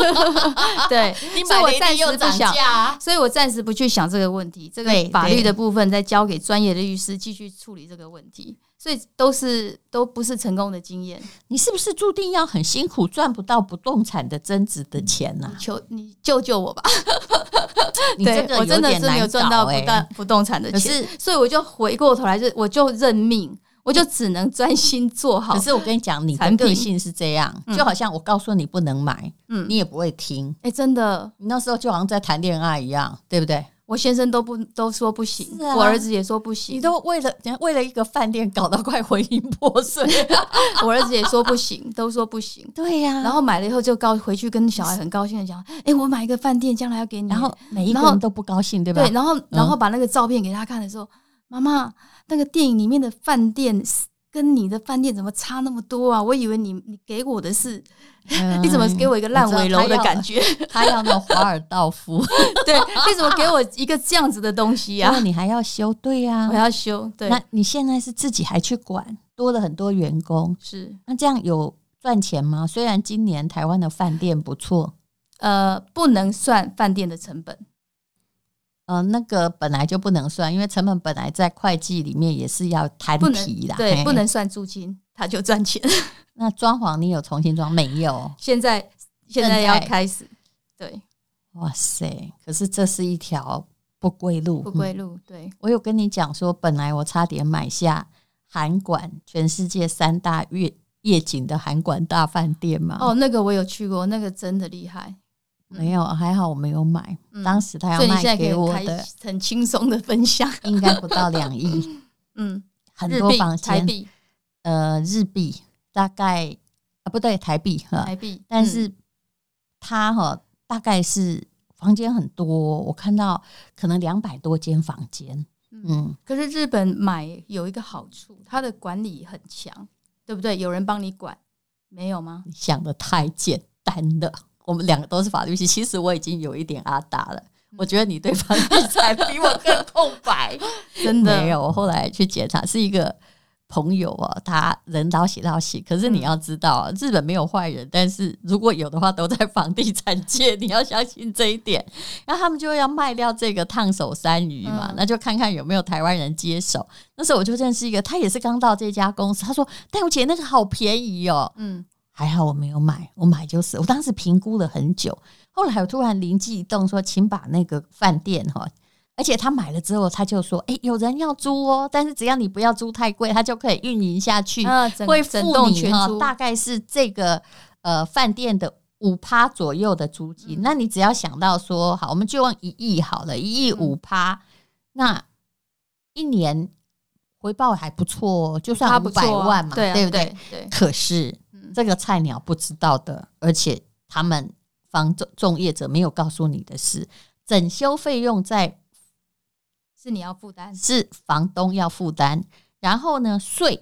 [SPEAKER 3] 对，所以我暂时不想，
[SPEAKER 2] 价，
[SPEAKER 3] 所以我暂时不去想这个问题，这
[SPEAKER 2] 对
[SPEAKER 3] 个法
[SPEAKER 2] 对
[SPEAKER 3] 律的部分再交给专业的律师继续处理这个问题，所以都是都不是成功的经验，
[SPEAKER 2] 你是不是注定要很辛苦赚不到不动产的增值的钱 呐、
[SPEAKER 3] 求你救救我吧，
[SPEAKER 2] 你这
[SPEAKER 3] 对
[SPEAKER 2] 个
[SPEAKER 3] 我真的
[SPEAKER 2] 点
[SPEAKER 3] 是没有
[SPEAKER 2] 难
[SPEAKER 3] 赚
[SPEAKER 2] 搞
[SPEAKER 3] 到不
[SPEAKER 2] 哎、
[SPEAKER 3] 动不动产的
[SPEAKER 2] 可
[SPEAKER 3] 钱，
[SPEAKER 2] 是，
[SPEAKER 3] 所以我就回过头来就我就认命，我就只能专心做好
[SPEAKER 2] 可，是我跟你讲，你的
[SPEAKER 3] 产品
[SPEAKER 2] 个性是这样，
[SPEAKER 3] 嗯
[SPEAKER 2] 就好像我告诉你不能买，
[SPEAKER 3] 嗯
[SPEAKER 2] 你，也不会听。
[SPEAKER 3] 哎，真的，
[SPEAKER 2] 你那时候就好像在谈恋爱一样，对不对？
[SPEAKER 3] 我先生都不都说不行
[SPEAKER 2] 是啊，
[SPEAKER 3] 我儿子也说不行，
[SPEAKER 2] 你都为了为了一个饭店搞到快婚姻破碎，
[SPEAKER 3] 我儿子也说不行，都说不行。
[SPEAKER 2] 对呀、
[SPEAKER 3] 然后买了以后就告回去跟小孩很高兴的讲，哎、我买一个饭店，将来要给你。
[SPEAKER 2] 然后每一个
[SPEAKER 3] 然后
[SPEAKER 2] 人都不高兴，对吧？
[SPEAKER 3] 对，然后然后把那个照片给他看的时候，妈妈那个电影里面的饭店跟你的饭店怎么差那么多啊？我以为你你给我的是，你怎么
[SPEAKER 2] 哎嗯
[SPEAKER 3] 给我一个烂尾楼的感觉？
[SPEAKER 2] 他要那种华尔道夫，
[SPEAKER 3] 对，你怎么给我一个这样子的东西
[SPEAKER 2] 然 后
[SPEAKER 3] 啊？
[SPEAKER 2] 你还要修，对呀、
[SPEAKER 3] 我要修，对，
[SPEAKER 2] 嗯那你现在是自己还去管，多了很多员工，
[SPEAKER 3] 是
[SPEAKER 2] 那这样有赚钱吗？虽然今年台湾的饭店不错，
[SPEAKER 3] 呃，不能算饭店的成本，
[SPEAKER 2] 呃，那个本来就不能算，因为成本本来在会计里面也是要摊
[SPEAKER 3] 不能
[SPEAKER 2] 皮啦，
[SPEAKER 3] 对，
[SPEAKER 2] 嘿
[SPEAKER 3] 不能。算租金，他就赚钱。
[SPEAKER 2] 那装潢你有重新装没有？
[SPEAKER 3] 现在现在要开始，对，
[SPEAKER 2] 哇塞！可是这是一条不归路，
[SPEAKER 3] 不
[SPEAKER 2] 嗯
[SPEAKER 3] 归路，对，
[SPEAKER 2] 我有跟你讲说，本来我差点买下韩馆全世界三大夜夜景的韩馆大饭店嘛。
[SPEAKER 3] 哦，，那个我有去过，那个真的厉害。
[SPEAKER 2] 没有，还好我没有买。
[SPEAKER 3] 嗯
[SPEAKER 2] 当时他
[SPEAKER 3] 所
[SPEAKER 2] 要
[SPEAKER 3] 以你现
[SPEAKER 2] 卖
[SPEAKER 3] 在可
[SPEAKER 2] 给
[SPEAKER 3] 以
[SPEAKER 2] 我
[SPEAKER 3] 开
[SPEAKER 2] 的，
[SPEAKER 3] 很轻松的分享，
[SPEAKER 2] 应该不到两亿，
[SPEAKER 3] 嗯，
[SPEAKER 2] 很
[SPEAKER 3] 日
[SPEAKER 2] 多
[SPEAKER 3] 币
[SPEAKER 2] 房、
[SPEAKER 3] 台
[SPEAKER 2] 间，
[SPEAKER 3] 币、
[SPEAKER 2] 呃，日币大概啊，不对，台币哈。
[SPEAKER 3] 台币，
[SPEAKER 2] 但
[SPEAKER 3] 嗯
[SPEAKER 2] 是它哈、大概是房间很多，我看到可能两百多间房间。
[SPEAKER 3] 嗯
[SPEAKER 2] 嗯，
[SPEAKER 3] 可是日本买有一个好处，它的管理很强，对不对？有人帮你管，没有吗？
[SPEAKER 2] 你想的太简单了。 我们两个都是法律系，其实我已经有一点阿达了。
[SPEAKER 3] 嗯
[SPEAKER 2] 我觉得你对房地产比我更空白。
[SPEAKER 3] 真的
[SPEAKER 2] 没，有，我后来去检查，是一个朋友哦，他人到喜到喜。可是
[SPEAKER 3] 嗯
[SPEAKER 2] 你要知道，日本没有坏人，但是如果有的话，都在房地产界，你要相信这一点。然后他们就要卖掉这个烫手山芋嘛，
[SPEAKER 3] 嗯
[SPEAKER 2] 那就看看有没有台湾人接手。那时候我就认识一个，他也是刚到这家公司，他说：“但我姐那个好便宜哦。”
[SPEAKER 3] 嗯，
[SPEAKER 2] 还好我没有买，我买就是我当时评估了很久，后来我突然灵机一动说，请把那个饭店哈，而且他买了之后，他就说，哎、有人要租哦，但是只要你不要租太贵，他就可以运营下去，
[SPEAKER 3] 啊，整
[SPEAKER 2] 会
[SPEAKER 3] 整
[SPEAKER 2] 付
[SPEAKER 3] 栋
[SPEAKER 2] 你
[SPEAKER 3] 全
[SPEAKER 2] 哈，
[SPEAKER 3] 租，
[SPEAKER 2] 大概是这个呃饭店的。五趴左右的租金，
[SPEAKER 3] 嗯
[SPEAKER 2] 那你只要想到说，好，我们就用一亿好了，一亿五
[SPEAKER 3] 嗯
[SPEAKER 2] 趴，那一年回报还不错哦，就
[SPEAKER 3] 它
[SPEAKER 2] 算
[SPEAKER 3] 不
[SPEAKER 2] 五
[SPEAKER 3] 错
[SPEAKER 2] 百
[SPEAKER 3] 啊
[SPEAKER 2] 万嘛，
[SPEAKER 3] 对啊
[SPEAKER 2] 对不
[SPEAKER 3] 对？对，
[SPEAKER 2] 可是
[SPEAKER 3] 嗯
[SPEAKER 2] 这个菜鸟不知道的，而且他们房仲仲业者没有告诉你的是，整修费用在
[SPEAKER 3] 是你要负担，
[SPEAKER 2] 是房东要负担，然后呢税，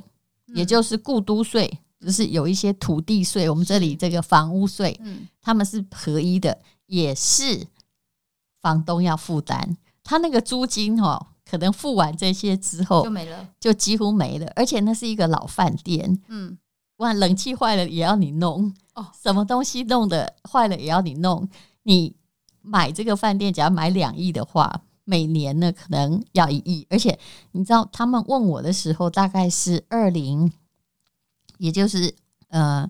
[SPEAKER 3] 嗯
[SPEAKER 2] 也就是故都税，就是有一些土地税，我们这里这个房屋税，
[SPEAKER 3] 嗯，
[SPEAKER 2] 他们是合一的，也是房东要负担，他那个租金哦，可能付完这些之后
[SPEAKER 3] 就没了，
[SPEAKER 2] 就几乎没了，而且那是一个老饭店，
[SPEAKER 3] 嗯，
[SPEAKER 2] 哇，冷气坏了也要你弄
[SPEAKER 3] 哦
[SPEAKER 2] 什么东西弄的坏了也要你弄。你买这个饭店，只要买两亿的话，每年呢可能要一亿。而且你知道，他们问我的时候，大概是二零，也就是呃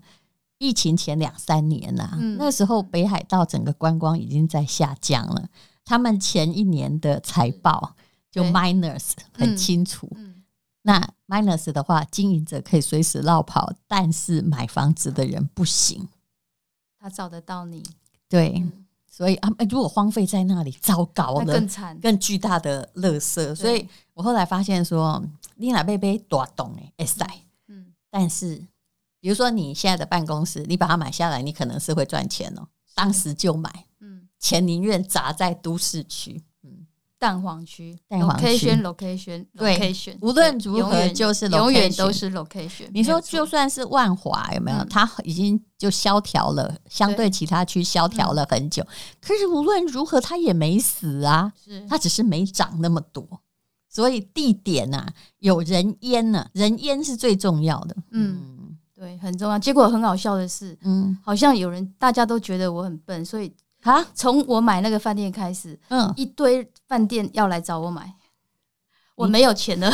[SPEAKER 2] 疫情前两三年啦、
[SPEAKER 3] 嗯
[SPEAKER 2] 那时候北海道整个观光已经在下降了，他们前一年的财报就
[SPEAKER 3] 对
[SPEAKER 2] minus 很
[SPEAKER 3] 嗯
[SPEAKER 2] 清楚。
[SPEAKER 3] 嗯，
[SPEAKER 2] 那 minus 的话，经营者可以随时绕跑，但是买房子的人不行。
[SPEAKER 3] 他找得到你，
[SPEAKER 2] 对，
[SPEAKER 3] 嗯
[SPEAKER 2] 所以啊，如果荒废在那里，糟糕
[SPEAKER 3] 那
[SPEAKER 2] 了，
[SPEAKER 3] 更惨，
[SPEAKER 2] 更巨大的垃圾。所以我后来发现说，你哪贝贝多懂哎，哎塞，
[SPEAKER 3] 嗯，
[SPEAKER 2] 但是比如说你现在的办公室，你把它买下来，你可能是会赚钱哦，当时就买，
[SPEAKER 3] 嗯，
[SPEAKER 2] 钱宁愿砸在都市区。嗯，
[SPEAKER 3] 蛋黄区
[SPEAKER 2] 蛋黄区
[SPEAKER 3] ，location location
[SPEAKER 2] 对
[SPEAKER 3] location，
[SPEAKER 2] 无论如何
[SPEAKER 3] 永远
[SPEAKER 2] 就是
[SPEAKER 3] 永远
[SPEAKER 2] location
[SPEAKER 3] 都是 location，
[SPEAKER 2] 你说
[SPEAKER 3] 没有错
[SPEAKER 2] 就算是万华有没有？
[SPEAKER 3] 嗯
[SPEAKER 2] 它已经就萧条了，相对
[SPEAKER 3] 对嗯
[SPEAKER 2] 其他区萧条了很久。可是无论如何，它也没死啊，
[SPEAKER 3] 是
[SPEAKER 2] 它只是没涨那么多。所以地点啊，有人烟呢、人烟是最重要的。
[SPEAKER 3] 嗯对很重要，结果很好笑的是，
[SPEAKER 2] 嗯
[SPEAKER 3] 好像有人大家都觉得我很笨，所以
[SPEAKER 2] 啊
[SPEAKER 3] 从我买那个饭店开始，
[SPEAKER 2] 嗯，
[SPEAKER 3] 一堆饭店要来找我买，我没有钱了。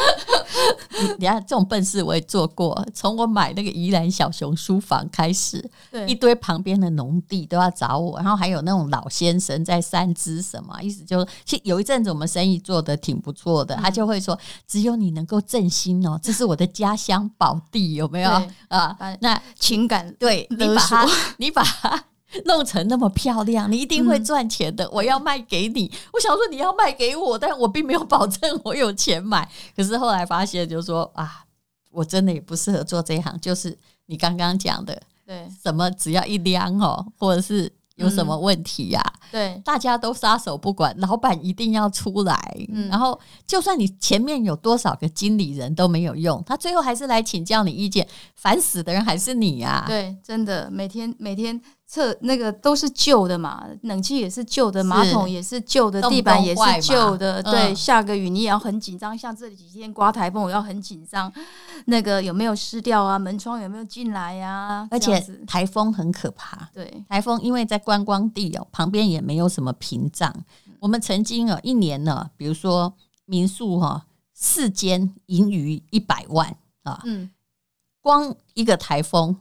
[SPEAKER 2] 你等一下这种笨事我也做过。从我买那个宜兰小熊书房开始，一
[SPEAKER 3] 对，
[SPEAKER 2] 堆旁边的农地都要找我，然后还有那种老先生在三支什么，意思就是，其实有一阵子我们生意做得挺不错
[SPEAKER 3] 嗯
[SPEAKER 2] 的，他就会说，只有你能够振兴哦，这是我的家乡宝地，有没有
[SPEAKER 3] 对
[SPEAKER 2] 啊
[SPEAKER 3] 把？
[SPEAKER 2] 那
[SPEAKER 3] 情感
[SPEAKER 2] 对你把
[SPEAKER 3] 勒索
[SPEAKER 2] 它，你把它。 弄成那么漂亮，你一定会
[SPEAKER 3] 嗯
[SPEAKER 2] 赚钱的。我要卖给你，我想说你要卖给我，但我并没有保证我有钱买。可是后来发现，就说啊，我真的也不适合做这一行，就是你刚刚讲的，
[SPEAKER 3] 对嗯
[SPEAKER 2] 什么只要一量哦，或者是有什么问题呀、
[SPEAKER 3] 对
[SPEAKER 2] 大家都撒手不管，老板一定要出来。
[SPEAKER 3] 嗯
[SPEAKER 2] 然后，就算你前面有多少个经理人都没有用，他最后还是来请教你意见，烦死的人还是你呀、啊。
[SPEAKER 3] 对，真的每天每天测那个都是旧的嘛，冷气也是旧的，马桶也是旧的，
[SPEAKER 2] 动不动
[SPEAKER 3] 地板也
[SPEAKER 2] 坏嘛
[SPEAKER 3] 是旧的。对，
[SPEAKER 2] 嗯
[SPEAKER 3] 下个雨你也要很紧张，像这几天刮台风，我要很紧张，那个有没有湿掉啊？门窗有没有进来呀、啊？
[SPEAKER 2] 而
[SPEAKER 3] 这
[SPEAKER 2] 且
[SPEAKER 3] 样子
[SPEAKER 2] 台风很可怕，
[SPEAKER 3] 对，
[SPEAKER 2] 台风因为在观光地哦，旁边也没有什么屏障。
[SPEAKER 3] 嗯
[SPEAKER 2] 我们曾经哦，一年呢，比如说民宿哈、哦，四间盈余一百万啊，
[SPEAKER 3] 嗯，
[SPEAKER 2] 光一个台风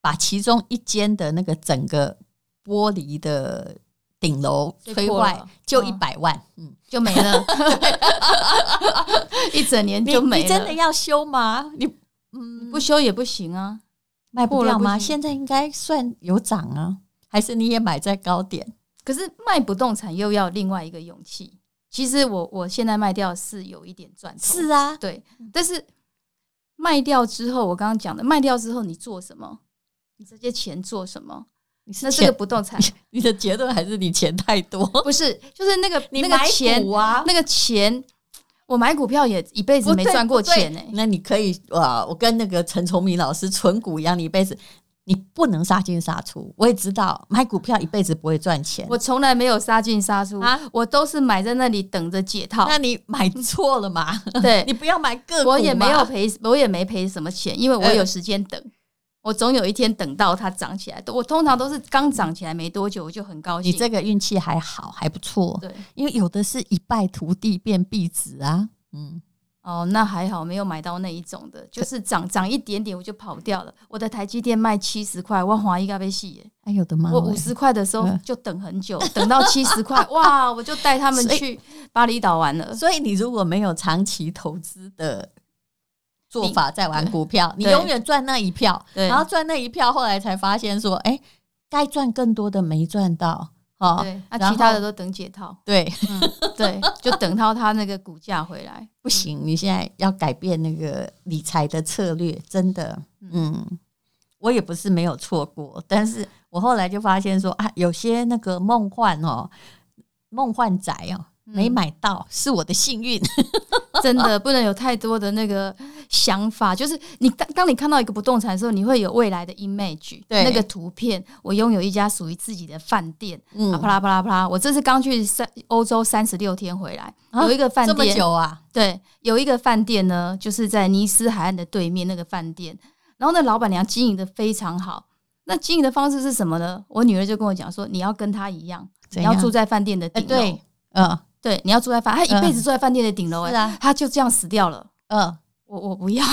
[SPEAKER 2] 把其中一间的那个整个玻璃的顶楼
[SPEAKER 3] 吹
[SPEAKER 2] 吹
[SPEAKER 3] 破了
[SPEAKER 2] 坏，就一
[SPEAKER 3] 嗯
[SPEAKER 2] 百万。嗯，
[SPEAKER 3] 就没 了，一整年
[SPEAKER 2] 你
[SPEAKER 3] 就没
[SPEAKER 2] 你
[SPEAKER 3] 了。
[SPEAKER 2] 真的要修吗？你嗯，
[SPEAKER 3] 不修也不行啊。
[SPEAKER 2] 卖不
[SPEAKER 3] 破了
[SPEAKER 2] 掉
[SPEAKER 3] 不
[SPEAKER 2] 吗？
[SPEAKER 3] 行
[SPEAKER 2] 现在应该算有涨啊，还是你也买在高点？
[SPEAKER 3] 可是卖不动产又要另外一个勇气。其实我我现在卖掉是有一点赚头，
[SPEAKER 2] 是啊，
[SPEAKER 3] 对，但是卖掉之后，我刚刚讲的，卖掉之后你做什么？你这些钱做什么？
[SPEAKER 2] 你是
[SPEAKER 3] 那这个
[SPEAKER 2] 钱，
[SPEAKER 3] 不动产
[SPEAKER 2] 你的结论还是你钱太多？
[SPEAKER 3] 不是，就是那个
[SPEAKER 2] 你
[SPEAKER 3] 那个
[SPEAKER 2] 买
[SPEAKER 3] 钱
[SPEAKER 2] 股，啊？
[SPEAKER 3] 那个钱，我买股票也一辈子
[SPEAKER 2] 不
[SPEAKER 3] 没
[SPEAKER 2] 对
[SPEAKER 3] 赚过
[SPEAKER 2] 不对
[SPEAKER 3] 钱呢、欸
[SPEAKER 2] 那你可以呃，我跟那个陈崇明老师存股一样，你一辈子你不能杀进杀出。我也知道买股票一辈子不会赚钱，
[SPEAKER 3] 我从来没有杀进杀出
[SPEAKER 2] 啊，
[SPEAKER 3] 我都是买在那里等着解套。
[SPEAKER 2] 那你买错了嘛？
[SPEAKER 3] 对
[SPEAKER 2] 你，不要买个股嘛，啊
[SPEAKER 3] 我也没有赔，我也没赔什么钱，因为我
[SPEAKER 2] 嗯
[SPEAKER 3] 有时间等。我总有一天等到它涨起来，我通常都是刚涨起来没多久我就很高兴。
[SPEAKER 2] 你这个运气还好，还不错，
[SPEAKER 3] 对
[SPEAKER 2] 因为有的是一败涂地变壁纸啊。嗯，
[SPEAKER 3] 哦，那还好没有买到那一种的，就是涨涨一点点我就跑掉了。我的台积电卖七十块，我华应该被戏耶。
[SPEAKER 2] 哎呦我的妈！
[SPEAKER 3] 我五，十块的时候
[SPEAKER 2] 嗯
[SPEAKER 3] 就等很久，等到七十块，哇，我就带他们
[SPEAKER 2] 所以
[SPEAKER 3] 去巴厘岛玩了。
[SPEAKER 2] 所以你如果没有长期投资的。做法在玩股票，你
[SPEAKER 3] 对
[SPEAKER 2] 永远赚那一票，
[SPEAKER 3] 对
[SPEAKER 2] 然后赚那一票，后来才发现说，哎，该赚更多的没赚到，哦，
[SPEAKER 3] 对，那、
[SPEAKER 2] 然后
[SPEAKER 3] 其他的都等解套，
[SPEAKER 2] 对，
[SPEAKER 3] 嗯，对，就等到它那个股价回来。
[SPEAKER 2] 不行，你现在要改变那个理财的策略，真的，嗯，我也不是没有错过，但是我后来就发现说啊，有些那个梦幻哦，梦幻宅哦，没买到、是我的幸运，
[SPEAKER 3] 真的不能有太多的那个想法，就是你当当你看到一个不动产的时候，你会有未来的 image，
[SPEAKER 2] 对
[SPEAKER 3] 那个图片，我拥有一家属于自己的饭店，
[SPEAKER 2] 嗯
[SPEAKER 3] 啊啪啦啪啦啪啦，我这次刚去三欧洲三十六天回来，
[SPEAKER 2] 啊
[SPEAKER 3] 有一个饭
[SPEAKER 2] 这么
[SPEAKER 3] 店，
[SPEAKER 2] 久啊，
[SPEAKER 3] 对，有一个饭店呢，就是在尼斯海岸的对面那个饭店，然后那老板娘经营的非常好。那经营的方式是什么呢？我女儿就跟我讲说，你要跟她一样，
[SPEAKER 2] 怎
[SPEAKER 3] 你要
[SPEAKER 2] 样
[SPEAKER 3] 住在饭店的
[SPEAKER 2] 哎、
[SPEAKER 3] 顶楼、
[SPEAKER 2] 对，嗯
[SPEAKER 3] 对，你要住在饭，她一辈子
[SPEAKER 2] 嗯
[SPEAKER 3] 住在饭店的顶楼、哎
[SPEAKER 2] 是啊
[SPEAKER 3] 她就这样死掉了。
[SPEAKER 2] 嗯，
[SPEAKER 3] 我我不要，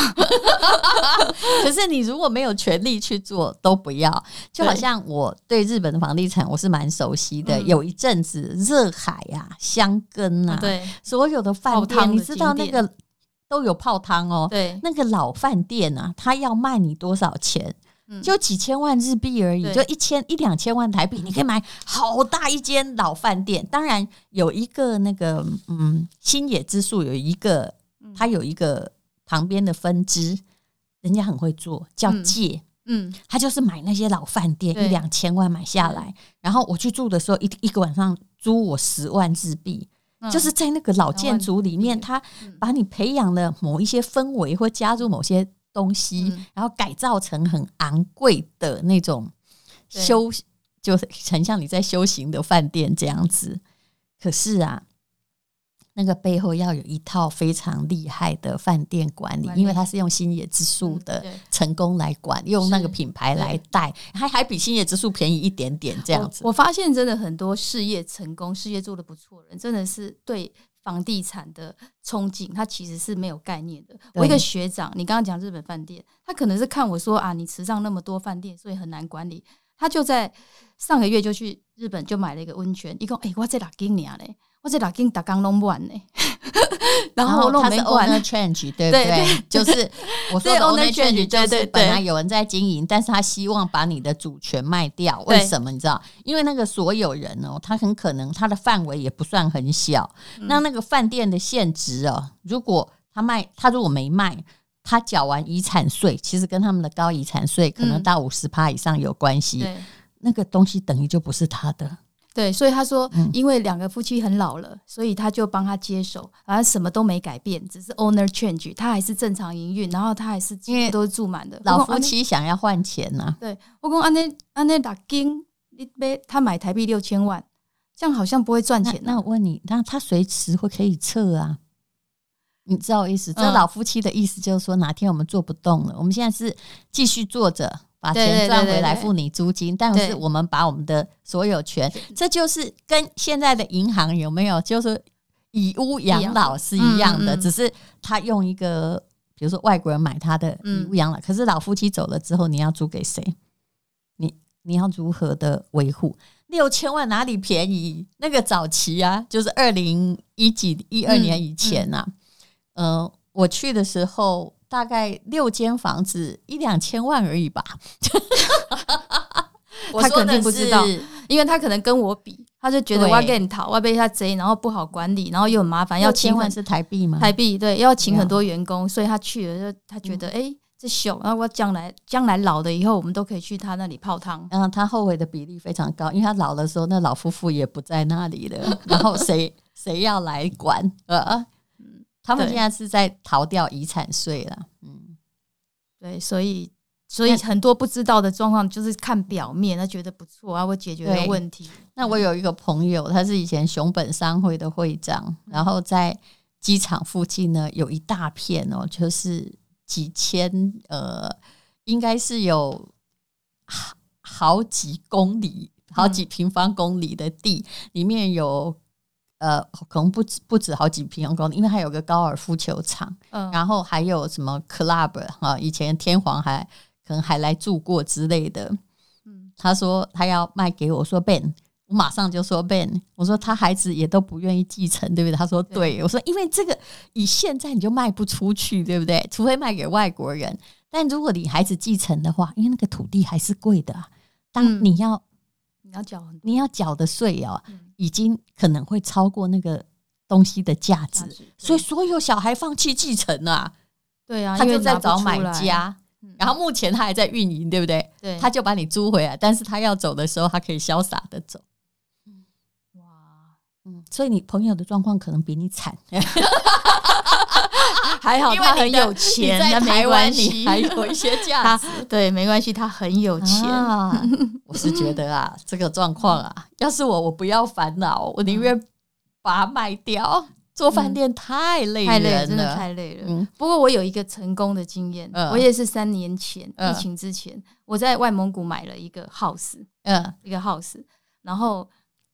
[SPEAKER 2] 可是你如果没有权利去做，都不要。就好像我对日本的房地产我是蛮熟悉的，
[SPEAKER 3] 嗯
[SPEAKER 2] 有一阵子热海啊、香根啊，
[SPEAKER 3] 对
[SPEAKER 2] 所有的饭
[SPEAKER 3] 泡汤
[SPEAKER 2] 店，
[SPEAKER 3] 的
[SPEAKER 2] 你知道那
[SPEAKER 3] 景点
[SPEAKER 2] 个都有泡汤哦。
[SPEAKER 3] 对，
[SPEAKER 2] 那个老饭店啊，他要卖你多少钱？
[SPEAKER 3] 嗯
[SPEAKER 2] 就几千万日币而已，
[SPEAKER 3] 对
[SPEAKER 2] 就一千一两千万台币，你可以买好大一间老饭店。当然有一个那个嗯，新野之树有一个，
[SPEAKER 3] 嗯
[SPEAKER 2] 它有一个旁边的分支，人家很会做，叫
[SPEAKER 3] 嗯
[SPEAKER 2] 借。
[SPEAKER 3] 嗯，
[SPEAKER 2] 他就是买那些老饭店
[SPEAKER 3] 对嗯
[SPEAKER 2] 一两千万买下来，然后我去住的时候，一一个晚上租我十万日币，
[SPEAKER 3] 嗯
[SPEAKER 2] 就是在那个老建筑里面，
[SPEAKER 3] 嗯
[SPEAKER 2] 他把你培养了某一些氛围，或加入某些东西，
[SPEAKER 3] 嗯
[SPEAKER 2] 然后改造成很昂贵的那种
[SPEAKER 3] 对
[SPEAKER 2] 修，就是很像你在修行的饭店这样子。可是啊。那个背后要有一套非常厉害的饭店管理，
[SPEAKER 3] 管理
[SPEAKER 2] 因为它是用星野之树
[SPEAKER 3] 嗯
[SPEAKER 2] 的
[SPEAKER 3] 对
[SPEAKER 2] 成功来管，用那个
[SPEAKER 3] 是
[SPEAKER 2] 品牌来带，还还比星野之树便宜一点点这样子
[SPEAKER 3] 我。。我发现真的很多事业成功、事业做得不错的人，真的是对房地产的憧憬，他其实是没有概念的。我一个学长，你刚刚讲日本饭店，他可能是看我说啊，你池上那么多饭店，所以很难管理。他就在上个月就去日本就买了一个温泉，一共哎，我在哪金年嘞？我在哪金打刚弄不完嘞， 然后弄
[SPEAKER 2] 它哦是
[SPEAKER 3] 没完
[SPEAKER 2] owner change，对不
[SPEAKER 3] 对
[SPEAKER 2] 对？就是我说的
[SPEAKER 3] 对 owner
[SPEAKER 2] owner change，
[SPEAKER 3] change，
[SPEAKER 2] 就
[SPEAKER 3] 对
[SPEAKER 2] 是
[SPEAKER 3] 对
[SPEAKER 2] 本来
[SPEAKER 3] 对
[SPEAKER 2] 有人在经营，但是他希望把你的主权卖掉。
[SPEAKER 3] 对
[SPEAKER 2] 为什么？你知道？因为那个所有人哦，他很可能他的范围也不算很小。
[SPEAKER 3] 嗯
[SPEAKER 2] 那那个饭店的现值哦，如果他卖，他如果没卖。他缴完遗产税，其实跟他们的高遗产税可能
[SPEAKER 3] 嗯
[SPEAKER 2] 到五十趴以上有关系。
[SPEAKER 3] 对。
[SPEAKER 2] 那个东西等于就不是他的，
[SPEAKER 3] 对，所以他说
[SPEAKER 2] 嗯，
[SPEAKER 3] 因为两个夫妻很老了，所以他就帮他接手，反正什么都没改变，只是 owner change，他还是正常营运，然后他还是
[SPEAKER 2] 因
[SPEAKER 3] 因
[SPEAKER 2] 为
[SPEAKER 3] 为都是住满的
[SPEAKER 2] 老夫。妻想要换钱啊呐、
[SPEAKER 3] 我讲安尼安尼打金，你买他买台币六千万，这样好像不会赚
[SPEAKER 2] 那
[SPEAKER 3] 钱、啊
[SPEAKER 2] 那我问你，那他随时会可以撤啊？你知道我意思？这
[SPEAKER 3] 嗯
[SPEAKER 2] 老夫妻的意思就是说，哪天我们做不动了，我们现在是继续做着，把
[SPEAKER 3] 对
[SPEAKER 2] 钱
[SPEAKER 3] 对
[SPEAKER 2] 赚
[SPEAKER 3] 对
[SPEAKER 2] 回来
[SPEAKER 3] 对
[SPEAKER 2] 付你租金，但是
[SPEAKER 3] 对
[SPEAKER 2] 我们把我们的所有权，这就是跟现在的银行有没有就是以屋养老是一样的，
[SPEAKER 3] 嗯嗯嗯
[SPEAKER 2] 只是他用一个。比如说外国人买他的以
[SPEAKER 3] 嗯
[SPEAKER 2] 屋养老，可是老夫妻走了之后，你要租给谁？你你要如何的维护？六千万哪里便宜？那个早期啊，就是二零一几一二
[SPEAKER 3] 嗯
[SPEAKER 2] 年以前呐、啊，呃，我去的时候大概六间房子一两千万而已 吧。我
[SPEAKER 3] 他
[SPEAKER 2] 说
[SPEAKER 3] 肯
[SPEAKER 2] 的
[SPEAKER 3] 定不知道
[SPEAKER 2] 是
[SPEAKER 3] 因为他可能跟我比，他就觉得
[SPEAKER 2] 对
[SPEAKER 3] 我要跟你讨，我要被他贼，然后不好管理，然后又很麻烦，要
[SPEAKER 2] 千
[SPEAKER 3] 请
[SPEAKER 2] 万
[SPEAKER 3] 很
[SPEAKER 2] 是台币吗？
[SPEAKER 3] 台币，对，要请
[SPEAKER 2] 对啊嗯
[SPEAKER 3] 很多员工，所以他去了就他觉得哎、诶这小，然后我将来将来老了以后，我们都可以去他那里泡汤。
[SPEAKER 2] 嗯，他后悔的比例非常高，因为他老的时候，那老夫妇也不在那里 了，然后谁谁要来管？呃，他们
[SPEAKER 3] 对
[SPEAKER 2] 现在是在逃掉遗产税了。嗯，
[SPEAKER 3] 对，所以所以很多不知道的状况就是看表面，他觉得不错啊，会解决
[SPEAKER 2] 对
[SPEAKER 3] 了问题。
[SPEAKER 2] 那我有一个朋友，他是以前熊本商会的会长，然后在机场附近呢有一大片哦，就是几千呃，应该是有好好几公里、好几平方公里的地，里面有呃，可能不止不止好几平方公里，因为还有个高尔夫球场。
[SPEAKER 3] 嗯，
[SPEAKER 2] 然后还有什么 club 啊，以前天皇还可能还来住过之类的。
[SPEAKER 3] 嗯
[SPEAKER 2] 他说他要卖给我，我说 Ben，我马上就说 Ben，我说他孩子也都不愿意继承，对不对？他说对，
[SPEAKER 3] 对
[SPEAKER 2] 我说因为这个以现在你就卖不出去，对不对？除非卖给外国人，但如果你孩子继承的话，因为那个土地还是贵的啊、当
[SPEAKER 3] 嗯
[SPEAKER 2] 你要
[SPEAKER 3] 你要缴很多
[SPEAKER 2] 你要缴的税哦
[SPEAKER 3] 嗯，
[SPEAKER 2] 已经可能会超过那个东西的价值
[SPEAKER 3] 价，值，
[SPEAKER 2] 所以
[SPEAKER 3] 对
[SPEAKER 2] 所有小孩放弃继承啊。
[SPEAKER 3] 对啊，
[SPEAKER 2] 他
[SPEAKER 3] 因
[SPEAKER 2] 就
[SPEAKER 3] 为拿
[SPEAKER 2] 在
[SPEAKER 3] 不
[SPEAKER 2] 找
[SPEAKER 3] 出
[SPEAKER 2] 买
[SPEAKER 3] 来，
[SPEAKER 2] 家，
[SPEAKER 3] 嗯
[SPEAKER 2] 然后目前他还在运营，对不对？
[SPEAKER 3] 对
[SPEAKER 2] 他就把你租回来，但是他要走的时候，他可以潇洒的走。
[SPEAKER 3] 哇，
[SPEAKER 2] 嗯，所以你朋友的状况可能比你惨，
[SPEAKER 3] 还好
[SPEAKER 2] 因为
[SPEAKER 3] 他
[SPEAKER 2] 你
[SPEAKER 3] 很
[SPEAKER 2] 的
[SPEAKER 3] 有
[SPEAKER 2] 你
[SPEAKER 3] 钱，
[SPEAKER 2] 在
[SPEAKER 3] 那没
[SPEAKER 2] 台湾
[SPEAKER 3] 关
[SPEAKER 2] 你
[SPEAKER 3] 系，
[SPEAKER 2] 还有一些价
[SPEAKER 3] 他
[SPEAKER 2] 值。
[SPEAKER 3] 对没关系，他很有钱。
[SPEAKER 2] 啊， 我是觉得啊，这个状况啊，要是我，我不要烦恼，我宁愿把它卖掉。做饭店太累
[SPEAKER 3] 太累了，
[SPEAKER 2] 人
[SPEAKER 3] 真的
[SPEAKER 2] 了，
[SPEAKER 3] 太累了。
[SPEAKER 2] 嗯
[SPEAKER 3] 不过我有一个成功的经验，
[SPEAKER 2] 嗯
[SPEAKER 3] 我也是三年前、
[SPEAKER 2] 嗯
[SPEAKER 3] 疫情之前，我在外蒙古买了一个 house，
[SPEAKER 2] 嗯，
[SPEAKER 3] 一个 house，然后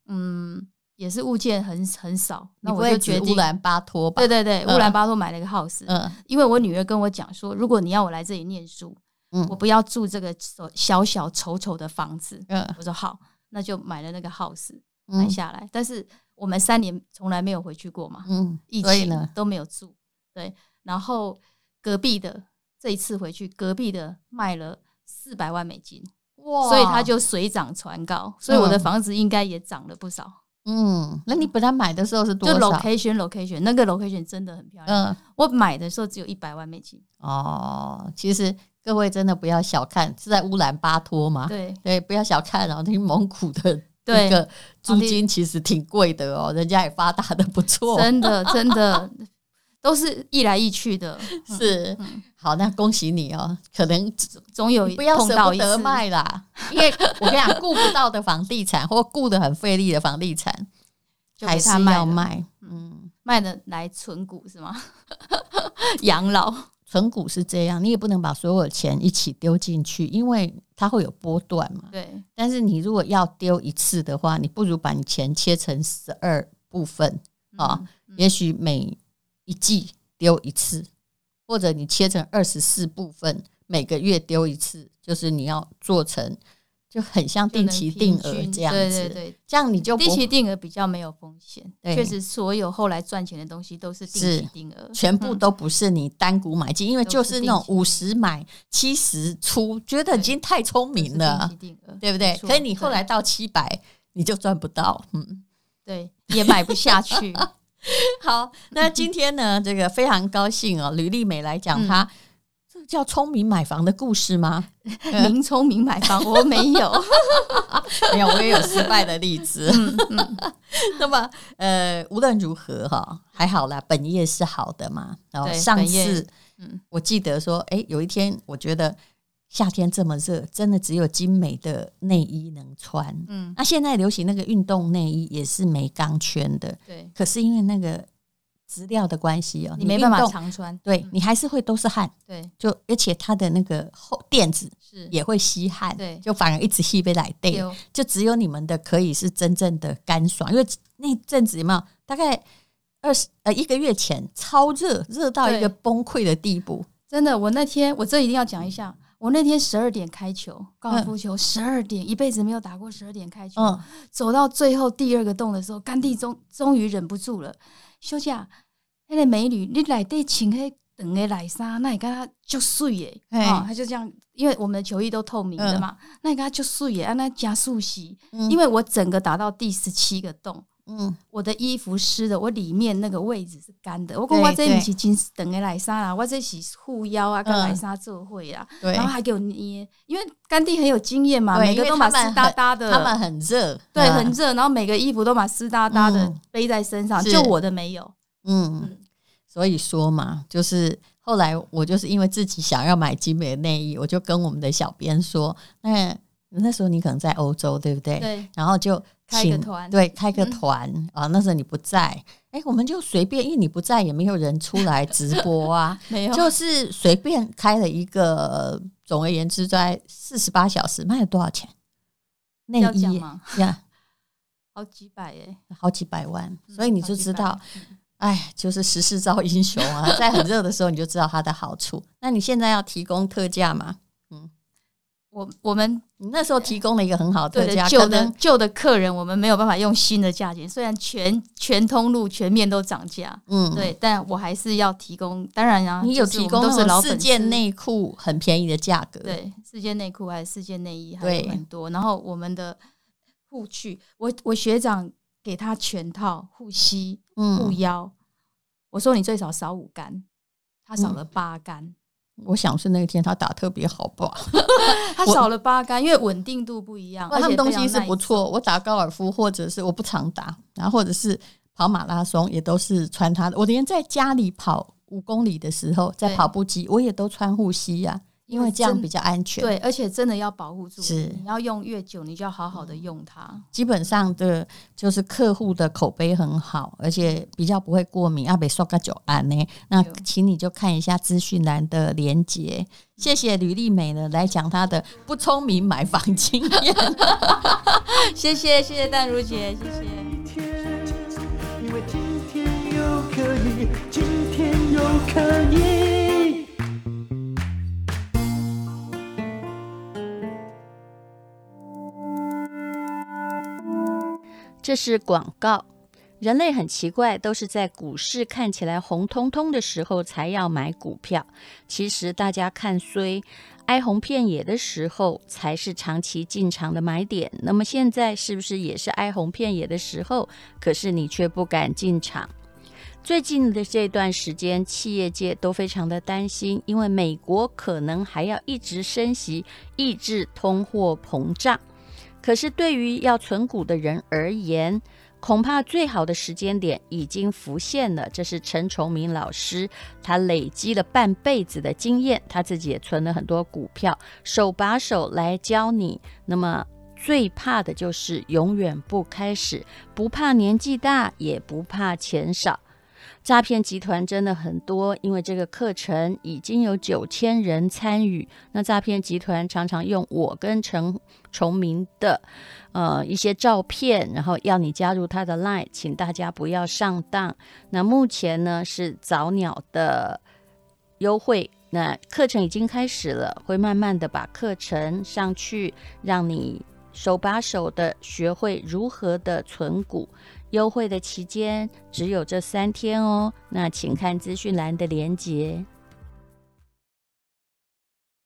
[SPEAKER 3] 嗯，也是物件很很少，
[SPEAKER 2] 你
[SPEAKER 3] 那
[SPEAKER 2] 不
[SPEAKER 3] 我
[SPEAKER 2] 会
[SPEAKER 3] 就
[SPEAKER 2] 指
[SPEAKER 3] 决
[SPEAKER 2] 乌
[SPEAKER 3] 定，
[SPEAKER 2] 兰巴托吧
[SPEAKER 3] 对？对对，
[SPEAKER 2] 嗯
[SPEAKER 3] 乌兰巴托买了一个 house，、
[SPEAKER 2] 嗯
[SPEAKER 3] 因为我女儿跟我讲说，如果你要我来这里念书，
[SPEAKER 2] 嗯
[SPEAKER 3] 我不要住这个小小小丑丑的房子，
[SPEAKER 2] 嗯
[SPEAKER 3] 我说好，那就买了那个 house 买
[SPEAKER 2] 嗯
[SPEAKER 3] 下来，但是我们三年从来没有回去过嘛，
[SPEAKER 2] 嗯，
[SPEAKER 3] 疫
[SPEAKER 2] 所以
[SPEAKER 3] 情
[SPEAKER 2] 呢，
[SPEAKER 3] 都没有住。对，然后隔壁的这一次回去，隔壁的卖了四百万美金，
[SPEAKER 2] 哇
[SPEAKER 3] 所以他就水涨船高，所以我的
[SPEAKER 2] 嗯
[SPEAKER 3] 房子应该也涨了不少。
[SPEAKER 2] 嗯，那你本来买的时候是多
[SPEAKER 3] 就
[SPEAKER 2] 少？
[SPEAKER 3] location location 那个 location 真的很漂亮，
[SPEAKER 2] 嗯，
[SPEAKER 3] 我买的时候只有一百万美金，
[SPEAKER 2] 哦，其实各位真的不要小看，是在乌兰巴托嘛？
[SPEAKER 3] 对
[SPEAKER 2] 对，不要小看哦，听蒙古的
[SPEAKER 3] 对
[SPEAKER 2] 那啊个租
[SPEAKER 3] 房地
[SPEAKER 2] 金其实挺贵的哦，人家也发达的不错。
[SPEAKER 3] 真的真的都是一来一 去的，嗯
[SPEAKER 2] 是、
[SPEAKER 3] 嗯
[SPEAKER 2] 好，那恭喜你哦！可能
[SPEAKER 3] 总有
[SPEAKER 2] 不要
[SPEAKER 3] 碰
[SPEAKER 2] 舍
[SPEAKER 3] 到
[SPEAKER 2] 不
[SPEAKER 3] 一
[SPEAKER 2] 得
[SPEAKER 3] 次。
[SPEAKER 2] 卖啦，因为我跟你讲，顾不到的房地产或顾得很费力的房地产，
[SPEAKER 3] 就
[SPEAKER 2] 还
[SPEAKER 3] 给
[SPEAKER 2] 是
[SPEAKER 3] 他卖
[SPEAKER 2] 要
[SPEAKER 3] 了
[SPEAKER 2] 卖。嗯，
[SPEAKER 3] 卖的来存股是吗？ 养老
[SPEAKER 2] 存股是这样，你也不能把所有钱一起丢进去，因为它会有波段嘛。
[SPEAKER 3] 对
[SPEAKER 2] 但是你如果要丢一次的话，你不如把你钱切成十二部分啊，
[SPEAKER 3] 嗯嗯
[SPEAKER 2] 也许每一季丢一次，或者你切成二十四部分，每个月丢一次，就是你要做成就很像
[SPEAKER 3] 就能
[SPEAKER 2] 定期定
[SPEAKER 3] 平
[SPEAKER 2] 额
[SPEAKER 3] 均
[SPEAKER 2] 这样
[SPEAKER 3] 对
[SPEAKER 2] 子，
[SPEAKER 3] 对对，
[SPEAKER 2] 这样你就不
[SPEAKER 3] 定期定额比较没有风险，
[SPEAKER 2] 对
[SPEAKER 3] 确实所有后来赚钱的东西都是定
[SPEAKER 2] 是
[SPEAKER 3] 期定额，嗯
[SPEAKER 2] 全部都不是你单股买进，因为
[SPEAKER 3] 都
[SPEAKER 2] 就是是
[SPEAKER 3] 定
[SPEAKER 2] 那种
[SPEAKER 3] 期
[SPEAKER 2] 五十买七十出，觉得已
[SPEAKER 3] 对
[SPEAKER 2] 经太聪
[SPEAKER 3] 都是
[SPEAKER 2] 明了
[SPEAKER 3] 定期，定额，
[SPEAKER 2] 对不对
[SPEAKER 3] 没？错
[SPEAKER 2] 可是你后来到七百，你就赚不到， 嗯。
[SPEAKER 3] 对也买不 下去，
[SPEAKER 2] 好，那今天呢，这个非常高兴哦，吕丽美来讲
[SPEAKER 3] 嗯
[SPEAKER 2] 她。这叫《聪明买房》的故事吗？
[SPEAKER 3] 您聪明买房，我没有。
[SPEAKER 2] 没有，我也有失败的例子。嗯 那么，呃，无论如何哈，还好啦，本业是好的嘛。然后
[SPEAKER 3] 对
[SPEAKER 2] 上
[SPEAKER 3] 本业
[SPEAKER 2] 次，
[SPEAKER 3] 嗯
[SPEAKER 2] 我记得说，哎，有一天我觉得夏天这么热，真的只有精美的内衣能穿。
[SPEAKER 3] 嗯，
[SPEAKER 2] 那现在流行那个运动内衣也是没钢圈的，
[SPEAKER 3] 对，
[SPEAKER 2] 可是因为那个资料的关系哦，
[SPEAKER 3] 你没办法嗯
[SPEAKER 2] 运动，
[SPEAKER 3] 常穿。
[SPEAKER 2] 对你还是会都是汗，
[SPEAKER 3] 对，
[SPEAKER 2] 就而且它的那个后垫子
[SPEAKER 3] 是
[SPEAKER 2] 也会吸汗，
[SPEAKER 3] 对哦
[SPEAKER 2] 就反而一直吸被来对，
[SPEAKER 3] 有
[SPEAKER 2] 就只有你们的可以是真正的干爽，因为那阵子有没有大概二十呃一个月前超热，热到一个
[SPEAKER 3] 对
[SPEAKER 2] 崩溃的地步，
[SPEAKER 3] 真的，我那天我这一定要讲一下，我那天十二点开球，高尔夫球十二点，一辈子没有打过十二点开球。
[SPEAKER 2] 嗯，
[SPEAKER 3] 走到最后第二个洞的时候，甘地终终于忍不住了，小姐，啊那个美女，你来底穿那长的奶纱，那你跟她就碎耶，
[SPEAKER 2] 嘿
[SPEAKER 3] 啊、她就这样，因为我们的球衣都透明的嘛，那你跟她就碎耶，啊，那加速洗，
[SPEAKER 2] 嗯
[SPEAKER 3] 因为我整个打到第十七个洞。
[SPEAKER 2] 嗯
[SPEAKER 3] 我的衣服湿的，我里面那个位置是干的。我讲我这
[SPEAKER 2] 对
[SPEAKER 3] 不是真等的奶沙啦，啊我这是护腰啊，跟
[SPEAKER 2] 嗯
[SPEAKER 3] 奶沙做会啦，
[SPEAKER 2] 对，
[SPEAKER 3] 然后还给我捏，因为甘地很有经验嘛，
[SPEAKER 2] 对
[SPEAKER 3] 每个都把
[SPEAKER 2] 因为他们
[SPEAKER 3] 湿哒哒的，
[SPEAKER 2] 他们很热，
[SPEAKER 3] 对，
[SPEAKER 2] 嗯
[SPEAKER 3] 很热，然后每个衣服都把湿哒哒的
[SPEAKER 2] 嗯
[SPEAKER 3] 背在身上，
[SPEAKER 2] 是
[SPEAKER 3] 就我的没有。
[SPEAKER 2] 嗯，所以说嘛，就是后来我就是因为自己想要买精美的内衣，我就跟我们的小编说，那那时候你可能在欧洲，对不对？
[SPEAKER 3] 对，
[SPEAKER 2] 然后就
[SPEAKER 3] 开个
[SPEAKER 2] 请
[SPEAKER 3] 团嗯
[SPEAKER 2] 对，开个团、啊。那时候你不在，哎，我们就随便，因为你不在，也没有人出来直播啊
[SPEAKER 3] ，没有
[SPEAKER 2] 就是随便开了一个。总而言之，在四十八小时卖了多少钱？内
[SPEAKER 3] 要讲
[SPEAKER 2] 衣
[SPEAKER 3] 吗？
[SPEAKER 2] 呀，
[SPEAKER 3] 好几百哎，
[SPEAKER 2] 好几百万，
[SPEAKER 3] 嗯
[SPEAKER 2] 所以你就知道，
[SPEAKER 3] 好几百
[SPEAKER 2] 哎，就是时势造英雄 啊，在很热的时候你就知道它的好处。那你现在要提供特价吗？
[SPEAKER 3] 我我们
[SPEAKER 2] 你那时候提供了一个很好的特
[SPEAKER 3] 对
[SPEAKER 2] 价，
[SPEAKER 3] 的
[SPEAKER 2] 可
[SPEAKER 3] 旧的
[SPEAKER 2] 能
[SPEAKER 3] 旧的客人，我们没有办法用新的价钱，虽然全全通路全面都涨价，
[SPEAKER 2] 嗯，，
[SPEAKER 3] 对，但我还是要提供。当然啊，
[SPEAKER 2] 你有
[SPEAKER 3] 就是
[SPEAKER 2] 提
[SPEAKER 3] 我
[SPEAKER 2] 供
[SPEAKER 3] 们都是
[SPEAKER 2] 那
[SPEAKER 3] 老
[SPEAKER 2] 种
[SPEAKER 3] 粉
[SPEAKER 2] 四
[SPEAKER 3] 丝
[SPEAKER 2] 件内裤很便宜的价格，，
[SPEAKER 3] 对四件内裤还有四件内衣，还有
[SPEAKER 2] 对
[SPEAKER 3] 很多。然后我们的护具，我我学长给他全套护膝、护
[SPEAKER 2] 嗯，
[SPEAKER 3] 腰，我说你最少少五杆，他
[SPEAKER 2] 嗯
[SPEAKER 3] 少了八杆，
[SPEAKER 2] 我想是那天他打特别好 吧，
[SPEAKER 3] 他少了八杆，因为稳定度不一样，而
[SPEAKER 2] 他
[SPEAKER 3] 且
[SPEAKER 2] 们
[SPEAKER 3] 非
[SPEAKER 2] 东
[SPEAKER 3] 常
[SPEAKER 2] 西是
[SPEAKER 3] 耐
[SPEAKER 2] 不错，我打高尔夫或者是我不常打，然后或者是跑马拉松也都是穿它的，我连在家里跑五公里的时候，在
[SPEAKER 3] 对
[SPEAKER 2] 跑步机我也都穿护膝呀、因为这样
[SPEAKER 3] 真
[SPEAKER 2] 比较安全，
[SPEAKER 3] 对，而且真的要保护住，
[SPEAKER 2] 是
[SPEAKER 3] 你要用越久，你就要好好的用它。
[SPEAKER 2] 基本上的就是客户的口碑很好，而且比较不会过敏。阿北说个久安呢，那
[SPEAKER 3] 对
[SPEAKER 2] 请你就看一下资讯栏的连接。谢谢吕丽美呢来讲她的不聪明买房经验。嗯
[SPEAKER 3] 谢谢谢谢淡如姐，谢谢。
[SPEAKER 1] 一天，因为今天又可以，今天又可以。
[SPEAKER 4] 这是广告。人类很奇怪，都是在股市看起来红彤彤的时候才要买股票。其实大家看衰、哀鸿遍野的时候，才是长期进场的买点。那么现在是不是也是哀鸿遍野的时候？可是你却不敢进场。最近的这段时间，企业界都非常的担心，因为美国可能还要一直升息，抑制通货膨胀。可是对于要存股的人而言，恐怕最好的时间点已经浮现了。这是陈崇明老师，他累积了半辈子的经验，他自己也存了很多股票，手把手来教你。那么。最怕的就是永远不开始，不怕年纪大，也不怕钱少。诈骗集团真的很多，因为这个课程已经有九千人参与。那诈骗集团常常用我跟陈崇明的呃一些照片，然后要你加入他的 LINE，请大家不要上当。那目前呢是早鸟的优惠，那课程已经开始了，会慢慢的把课程上去，让你手把手的学会如何的存股。优惠的期间只有这三天哦，那请看资讯栏的连结。